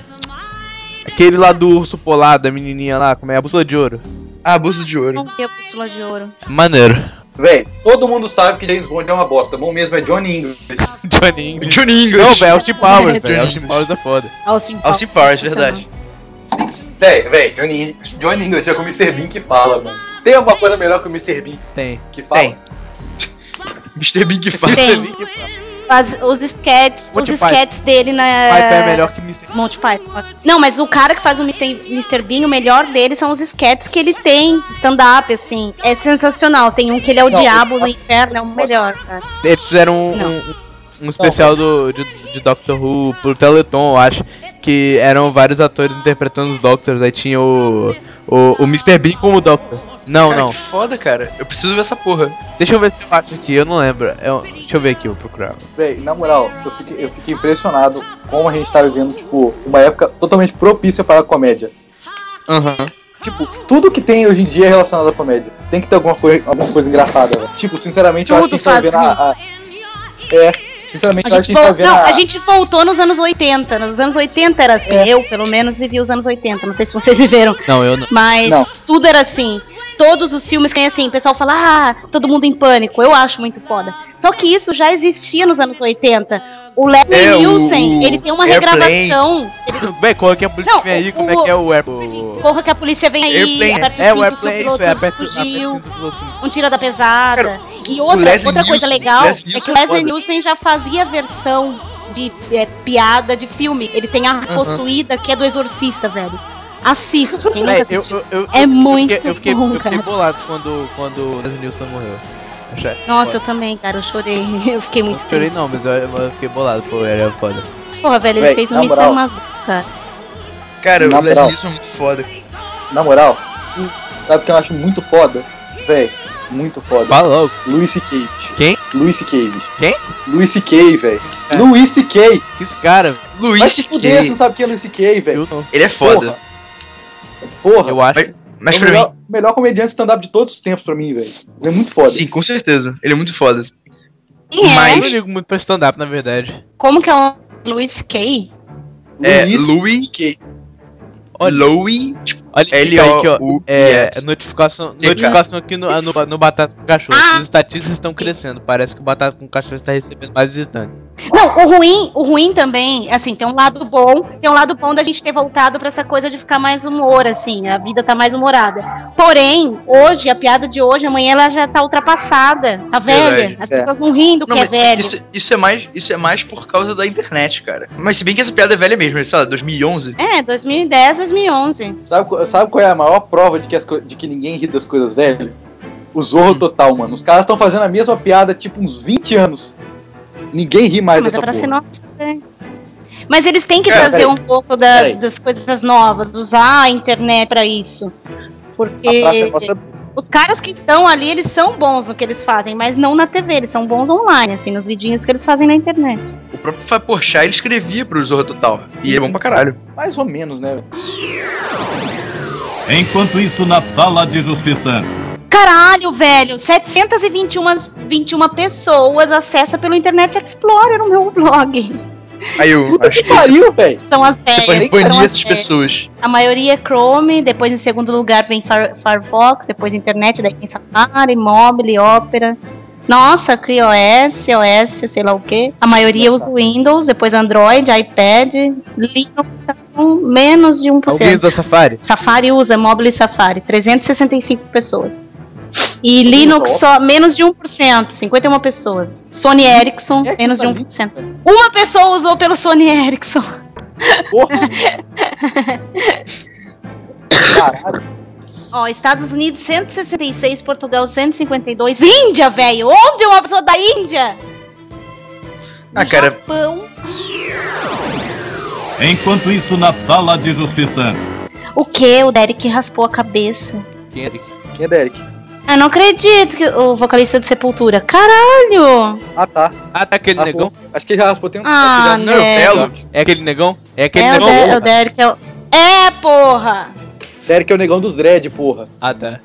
Speaker 2: Aquele lá do urso polar, da menininha lá, como é? A bússola de ouro.
Speaker 6: ah, bolsa de
Speaker 3: bom.
Speaker 6: ouro.
Speaker 3: Não vi a Bússola de ouro.
Speaker 2: Maneiro.
Speaker 4: Véi, todo mundo sabe que James Bond é uma bosta. Bom mesmo é Johnny English.
Speaker 2: Johnny English.
Speaker 6: Johnny
Speaker 2: Não,
Speaker 6: English.
Speaker 2: velho, Austin Powers, velho.
Speaker 6: Johnny.
Speaker 2: Austin Powers é foda.
Speaker 3: Austin
Speaker 6: Austin Powers, verdade.
Speaker 4: Véi, véi, Johnny English. Johnny English é com o Mr. Bean que fala, mano. Tem alguma coisa melhor que o Mr. Bean
Speaker 2: Tem.
Speaker 4: que fala?
Speaker 6: Tem. Mr. Big Fat.
Speaker 3: Tem. As- os sketches, os
Speaker 2: Monty
Speaker 3: sketches dele na
Speaker 2: Piper é melhor que Mr.
Speaker 3: Monty Python. Não, mas o cara que faz o Mr. Mr. Bean, o melhor dele são os sketches que ele tem, stand-up, assim. É sensacional. Tem um que ele é o
Speaker 4: Não,
Speaker 3: diabo
Speaker 4: esse-
Speaker 3: no inferno, é o melhor, cara.
Speaker 2: Eles fizeram um,
Speaker 3: Não.
Speaker 2: um- um especial do, de, de Doctor Who pro Teleton, eu acho. Que eram vários atores interpretando os Doctors. Aí tinha o. O, o Mr. Bean como Doctor. Não,
Speaker 6: Cara,
Speaker 2: não.
Speaker 6: que foda, cara. Eu preciso ver essa porra.
Speaker 2: Deixa eu ver se eu acho aqui, eu não lembro. Eu- deixa eu ver aqui, eu vou procurar.
Speaker 4: Véi, na moral, eu fiquei, eu fiquei impressionado como a gente tá vivendo, tipo, uma época totalmente propícia para a comédia.
Speaker 2: Aham.
Speaker 4: Tipo, tudo que tem hoje em dia é relacionado à comédia. Tem que ter alguma, coi alguma coisa engraçada, velho. Tipo, sinceramente, eu acho que a
Speaker 3: Tudo
Speaker 4: gente tá vendo a, a- É, sinceramente,
Speaker 3: A
Speaker 4: eu acho
Speaker 3: gente,
Speaker 4: que a gente tá
Speaker 3: vol-
Speaker 4: vendo
Speaker 3: não,
Speaker 4: a...
Speaker 3: a gente voltou nos anos 80. Nos anos 80 era assim. Eu, pelo menos, vivi os anos 80. Não sei se vocês viveram.
Speaker 2: Não, <laughs> eu não.
Speaker 3: Mas
Speaker 4: Não.
Speaker 3: tudo era assim. Todos os filmes têm assim, o pessoal fala, ah, todo mundo em pânico, eu acho muito foda. Só que isso já existia nos anos 80. O Leslie
Speaker 6: É, o-
Speaker 3: Nielsen,
Speaker 6: o
Speaker 3: ele tem uma
Speaker 6: Airplane.
Speaker 3: regravação. Ele,
Speaker 2: Bem, como é que a polícia
Speaker 3: Não,
Speaker 2: vem aí?
Speaker 3: o-
Speaker 2: Como é que é o Apple?
Speaker 3: corra que a polícia vem aí,
Speaker 6: Airplane.
Speaker 3: aperta
Speaker 2: É, o
Speaker 3: o cinto,
Speaker 2: Apple é isso, é
Speaker 3: sobrou,
Speaker 2: aperta aperta o cinto
Speaker 3: fugiu.
Speaker 2: do piloto.
Speaker 3: Um tira da pesada.
Speaker 6: Cara,
Speaker 3: e
Speaker 6: o
Speaker 3: outra,
Speaker 6: Leslie
Speaker 3: outra
Speaker 6: Nielsen-
Speaker 3: coisa legal
Speaker 6: Leslie
Speaker 3: é que
Speaker 6: Nielsen
Speaker 3: o
Speaker 6: é
Speaker 3: Leslie
Speaker 6: foda.
Speaker 3: Nielsen já fazia versão de é, piada de filme. Ele tem a possuída, que é do exorcista, velho. Assiste, quem nunca
Speaker 2: Véi, eu-
Speaker 3: assistiu.
Speaker 2: eu- eu-
Speaker 3: É muito
Speaker 2: eu fiquei, eu fiquei,
Speaker 3: bom,
Speaker 2: eu fiquei
Speaker 3: cara.
Speaker 2: bolado quando, quando o Leslie Nielsen morreu. Achei-
Speaker 3: Nossa, eu também, cara, eu chorei. <laughs> Eu fiquei
Speaker 2: Não
Speaker 3: muito
Speaker 2: chorei
Speaker 3: feliz.
Speaker 2: não, mas eu, eu fiquei bolado, pô, era foda.
Speaker 3: Porra, velho, ele
Speaker 4: Véi,
Speaker 3: fez um o
Speaker 4: na
Speaker 3: Mr.
Speaker 4: moral.
Speaker 3: Magoo, cara.
Speaker 6: Cara,
Speaker 4: Na
Speaker 6: o Leslie
Speaker 4: moral.
Speaker 6: Nielsen é muito foda.
Speaker 4: Na moral, sabe o que eu acho muito foda? Véi, muito foda.
Speaker 2: Fala logo.
Speaker 4: Luis C.K. bicho.
Speaker 2: Quem?
Speaker 4: Luis C.K. bicho.
Speaker 2: Quem?
Speaker 4: Luis C.K., velho.
Speaker 2: É.
Speaker 4: Luis C.K.
Speaker 2: Que esse cara,
Speaker 4: Vai
Speaker 6: Luiz
Speaker 4: se fuder, você
Speaker 6: C.K.
Speaker 4: não sabe quem é Luis C.K., velho.
Speaker 2: eu não.
Speaker 6: Ele é foda.
Speaker 4: Porra.
Speaker 2: Eu acho.
Speaker 6: Mas
Speaker 4: é o
Speaker 6: pra mim,
Speaker 4: melhor, melhor comediante stand-up de todos os tempos pra mim, velho. Ele é muito foda.
Speaker 6: sim, com certeza. Ele é muito foda.
Speaker 3: Quem é?
Speaker 2: Eu
Speaker 6: Mas-
Speaker 2: não ligo muito pra stand-up, na verdade.
Speaker 3: Como que é o Luiz Kay?
Speaker 6: É,
Speaker 4: Luis
Speaker 6: Louis-
Speaker 4: C.K.
Speaker 6: Louis, tipo,
Speaker 2: Olha que
Speaker 6: L
Speaker 2: fica aí que ó.
Speaker 6: O
Speaker 2: É, notificação,
Speaker 6: Sim,
Speaker 2: notificação aqui no, no, no Batata com Cachorro.
Speaker 3: Ah.
Speaker 2: As estatísticas estão crescendo. Parece que o Batata com Cachorro está recebendo mais visitantes.
Speaker 3: Não, o ruim, o ruim também, assim, tem um lado bom, tem um lado bom da gente ter voltado pra essa coisa de ficar mais humor, assim, a vida tá mais humorada. Porém, hoje, a piada de hoje, amanhã ela já tá ultrapassada, tá velha.
Speaker 6: Verdade.
Speaker 3: As
Speaker 4: É.
Speaker 3: pessoas não riem do que é
Speaker 6: mas
Speaker 3: velho.
Speaker 6: Isso, isso é mais, isso é mais por causa da internet, cara. Mas se bem que essa piada é velha mesmo, sei lá, 2011.
Speaker 3: É, 2010, 2011.
Speaker 4: Sabe, qu- sabe qual é a maior prova de que, as co- de que ninguém ri das coisas velhas? O Zorro Total, mano. Os caras estão fazendo a mesma piada, tipo, uns 20 anos. Ninguém ri mais
Speaker 3: mas é
Speaker 4: dessa
Speaker 3: pra
Speaker 4: porra.
Speaker 3: ser nova. né? Mas eles têm que
Speaker 6: Cara,
Speaker 3: trazer
Speaker 4: peraí.
Speaker 3: um pouco da-
Speaker 4: Peraí.
Speaker 3: das coisas novas, usar a internet pra isso. Porque.
Speaker 4: A praça é nossa...
Speaker 3: Os caras que estão ali, eles são bons no que eles fazem, mas não na TV, eles são bons online, assim, nos vidinhos que eles fazem na internet.
Speaker 6: O próprio Fábio Porchat, ele escrevia pro Zorro Total. E ele é bom pra caralho.
Speaker 4: Mais ou menos, né? velho?
Speaker 7: Enquanto isso, na sala de justiça.
Speaker 3: Caralho, velho, 721 21 pessoas acessa pelo Internet Explorer o meu <laughs> blog.
Speaker 6: Aí
Speaker 4: <laughs>
Speaker 6: eu
Speaker 4: Puta
Speaker 6: acho
Speaker 4: que
Speaker 6: que
Speaker 4: pariu, velho.
Speaker 3: São as
Speaker 6: depois
Speaker 3: velhas. São
Speaker 6: banir
Speaker 3: as
Speaker 4: tipo,
Speaker 6: essas
Speaker 3: velhas.
Speaker 6: pessoas.
Speaker 3: A maioria é Chrome, depois em segundo lugar vem Fire- Firefox, depois internet, daí tem Safari, Mobile, Opera. Nossa, CrioS, OS, sei lá o que. A maioria usa Windows, depois Android, iPad, Linux, tá com menos de 1%.
Speaker 2: Alguém usa Safari?
Speaker 3: Safari usa Mobile Safari, 365 pessoas. E Linux
Speaker 4: Nossa.
Speaker 3: só menos de 1%, 51 pessoas. Sony Ericsson,
Speaker 4: Quem é que
Speaker 3: menos de
Speaker 4: usa
Speaker 3: 1%. Uma pessoa usou pelo Sony Ericsson.
Speaker 4: Porra. Caralho.
Speaker 3: Ó, Estados Unidos 166, Portugal 152, Índia, velho! Onde uma pessoa da Índia?
Speaker 6: Ah, cara.
Speaker 3: Japão.
Speaker 7: Enquanto isso, na sala de justiça.
Speaker 3: O que? O Derek raspou a cabeça.
Speaker 2: Quem é ele?
Speaker 4: Quem é Derek?
Speaker 3: Ah, não acredito que o vocalista do Sepultura. Caralho!
Speaker 4: Ah, tá.
Speaker 2: Ah, tá aquele
Speaker 4: Raspou.
Speaker 2: negão?
Speaker 4: Acho que já raspou tem um
Speaker 3: Ah,
Speaker 4: acho que já-
Speaker 6: Tá Não, é
Speaker 3: velho.
Speaker 6: o Belo.
Speaker 2: É aquele negão? É aquele
Speaker 3: É o,
Speaker 2: negão?
Speaker 3: Der- o Derek é o. É, porra!
Speaker 4: Derek é o negão dos dread, porra.
Speaker 2: Ah, tá.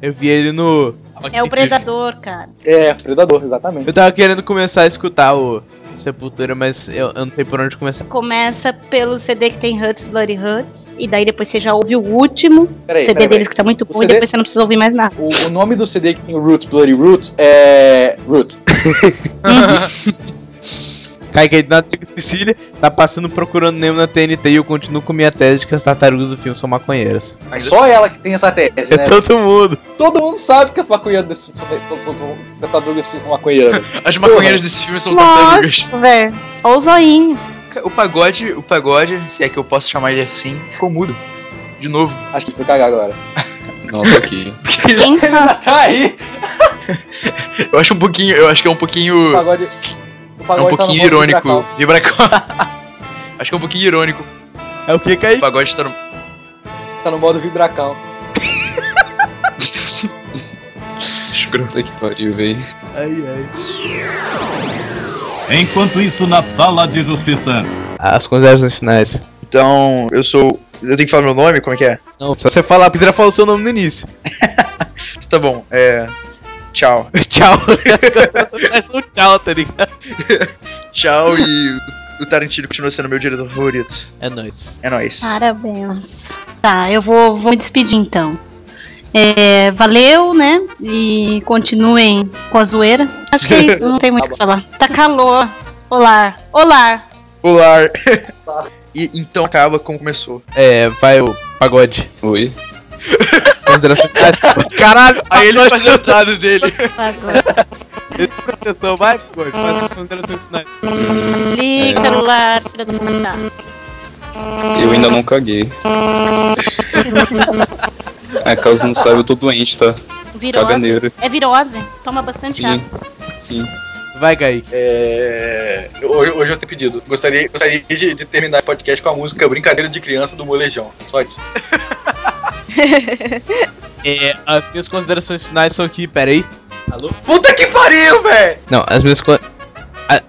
Speaker 2: Eu vi ele no.
Speaker 3: É o predador, cara.
Speaker 4: É, predador, exatamente.
Speaker 2: Eu tava querendo começar a escutar o Sepultura, mas eu, eu não sei por onde começar.
Speaker 3: Começa pelo CD que tem Huts, Bloody Huts, e daí depois você já ouve o último
Speaker 4: Peraí,
Speaker 3: CD
Speaker 4: peraí, peraí.
Speaker 3: deles que tá muito
Speaker 4: O
Speaker 3: bom, e
Speaker 4: CD?
Speaker 3: depois você não precisa ouvir mais nada.
Speaker 4: O, o nome do CD que tem o Roots, Bloody Roots, é. Roots.
Speaker 2: Cai que na Sicília, tá passando procurando Nemo na TNT e eu continuo com minha tese de que as tartarugas do filme são maconheiras.
Speaker 4: É só ela que tem essa tese,
Speaker 2: É
Speaker 4: né?
Speaker 2: <laughs> todo mundo.
Speaker 4: Todo mundo sabe que as maconheiras desse filme são- são- são- tartarugas ficam maconheiras. velho.
Speaker 6: As maconheiras desse filme são tartarugas.
Speaker 3: Lógico, velho. Olha o
Speaker 6: <laughs>
Speaker 3: zoinho.
Speaker 6: O pagode, o pagode, se é que eu posso chamar ele assim, ficou mudo. De novo.
Speaker 4: Acho que foi cagar agora.
Speaker 5: Nossa, aqui.
Speaker 3: Quem sabe?
Speaker 4: Tá aí!
Speaker 6: Eu acho um pouquinho, eu acho que é um pouquinho,
Speaker 4: O pagode.
Speaker 6: é
Speaker 4: O
Speaker 6: um
Speaker 4: tá no
Speaker 6: pouquinho
Speaker 4: modo
Speaker 6: irônico.
Speaker 4: Dracal.
Speaker 6: Vibracal. <laughs> acho que é um pouquinho irônico.
Speaker 2: É o que,
Speaker 6: O
Speaker 2: Kaique?
Speaker 6: pagode tá no
Speaker 4: Tá no modo vibracal.
Speaker 5: Puta que pariu, velho.
Speaker 2: Ai, ai.
Speaker 7: Enquanto isso, na sala de justiça.
Speaker 2: As considerações finais.
Speaker 6: Então, eu sou. Eu tenho que falar meu nome? Como é que é?
Speaker 2: Não, se você falar, precisa falar o seu nome no início. <laughs>
Speaker 6: Tá bom, é. Tchau.
Speaker 2: tchau. Faz um tchau, <laughs> tá ligado?
Speaker 6: Tchau e o Tarantino continua sendo meu diretor favorito.
Speaker 2: É nóis.
Speaker 6: É nóis.
Speaker 3: Parabéns. Tá, eu vou, vou me despedir então. É, valeu, né? E continuem com a zoeira. Acho que é isso, não tem muito o que falar. Tá calor. Olá.
Speaker 5: <laughs>
Speaker 3: Olá.
Speaker 6: Pular. <laughs> e então acaba como começou.
Speaker 2: É, vai o pagode.
Speaker 5: Oi.
Speaker 2: Considerações. <laughs> Caralho,
Speaker 6: Aí ele faz
Speaker 2: <laughs>
Speaker 6: o dado dele.
Speaker 3: Agora.
Speaker 2: Ele presta atenção, vai, pagode, faz as considerações finais.
Speaker 3: Desliga o
Speaker 5: É.
Speaker 3: celular, filha da puta.
Speaker 5: Eu ainda não
Speaker 6: <laughs>
Speaker 5: caguei. ah, caso não saiba, eu tô doente, tá?
Speaker 3: Virose.
Speaker 5: Caganeira.
Speaker 3: É virose. Toma bastante
Speaker 5: Sim.
Speaker 3: água.
Speaker 5: Sim.
Speaker 2: Vai, Gai.
Speaker 4: É... Hoje, hoje eu tenho pedido. Gostaria, gostaria de, de terminar o podcast com a música Brincadeira de Criança do Molejão. Só isso.
Speaker 2: É, as minhas considerações finais são que, peraí.
Speaker 4: Puta que pariu, velho!
Speaker 2: Não, as minhas. con- a-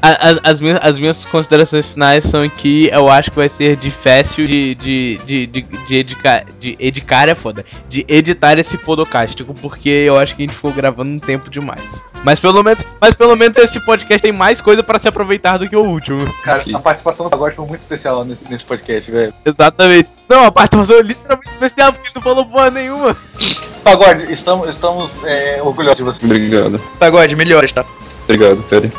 Speaker 2: a- a- As minhas, as minhas considerações finais são que eu acho que vai ser difícil de, de, de, de, de, edicar, de edicar é foda, de editar esse podocástico, porque eu acho que a gente ficou gravando um tempo demais. Mas pelo menos, mas pelo menos esse podcast tem mais coisa pra se aproveitar do que o último. <laughs>
Speaker 4: Cara,
Speaker 5: Que-
Speaker 4: a participação do Pagode foi muito especial nesse, nesse podcast, velho.
Speaker 2: Exatamente. Não, a parte passou literalmente especial, porque ele não falou porra nenhuma.
Speaker 4: Pagode, estamos, estamos é, orgulhosos de você.
Speaker 5: Obrigado.
Speaker 6: Pagode, melhores, tá?
Speaker 5: Obrigado, cara.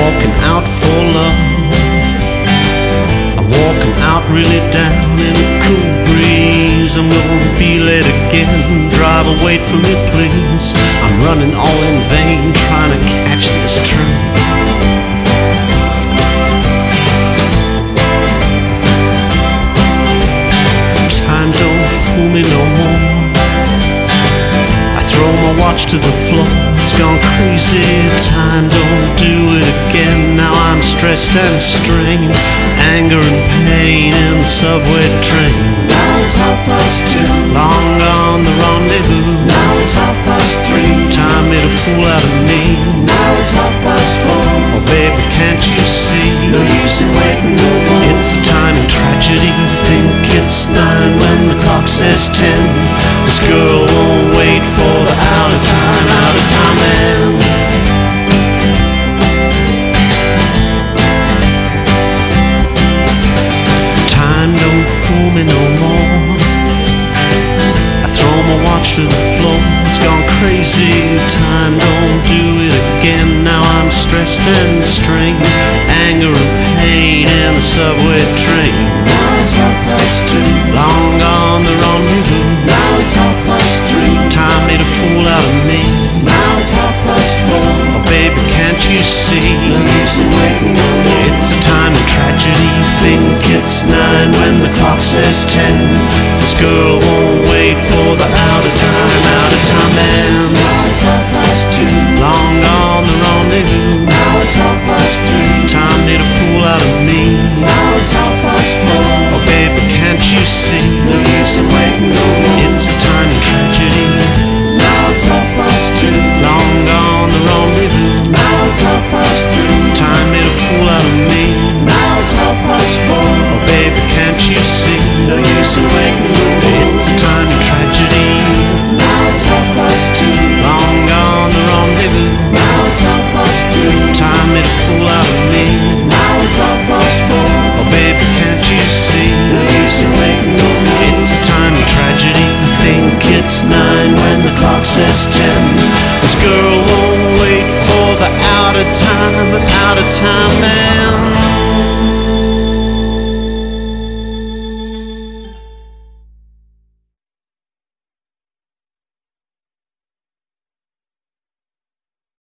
Speaker 8: walking out for love. I'm walking out really down in a cool breeze. I'm gonna be late again. Driver, wait for me, please. I'm running all in vain, trying to catch this train. Time don't fool me no more. I throw my watch to the floor. It's gone crazy. Time don't do it again. Now I'm stressed and strained. Anger and pain in the subway train. Now it's half past two. Long gone the rendezvous. Now it's half past three. Time made a fool out of me. Now it's half past four. Oh baby, can't you see? No use in waiting no more. It's a time in tragedy. Think it's nine when the clock says ten. This girl won't wait for the out of time, out of time man. Time don't fool me no more. I throw my watch to the floor. It's gone crazy. Time don't do it again. Now I'm stressed and strained. Anger and pain in a subway train. Now it's half past two. Long gone the rendezvous. Now it's half past three. Time made a fool out of me. Now it's half past four. Oh baby, can't you see? No use in waiting no more. It's a time of tragedy. Think it's nine when the clock says ten. This girl won't wait for the out of time, out of time man. Now it's half past two. Long gone the rendezvous. Now it's half past three. Time made a fool out of me. Now it's half past four. Oh baby, can't you see? No use in waiting no more. It's a time of tragedy. Now it's half past two. Long gone the rendezvous. Now it's half past three. Time made a fool out of me. Now it's half past four. Oh baby, can't you see? No use in waiting no more. It's a time of tragedy. Now it's half past two. Long gone the rendezvous. Now it's half past three. Time made a fool out of me. Now it's half past four. Oh baby, can't you see? No use in waiting no more. It's a time of tragedy. Think it's nine when the clock says ten. This girl won't wait for the out of time, out of time man.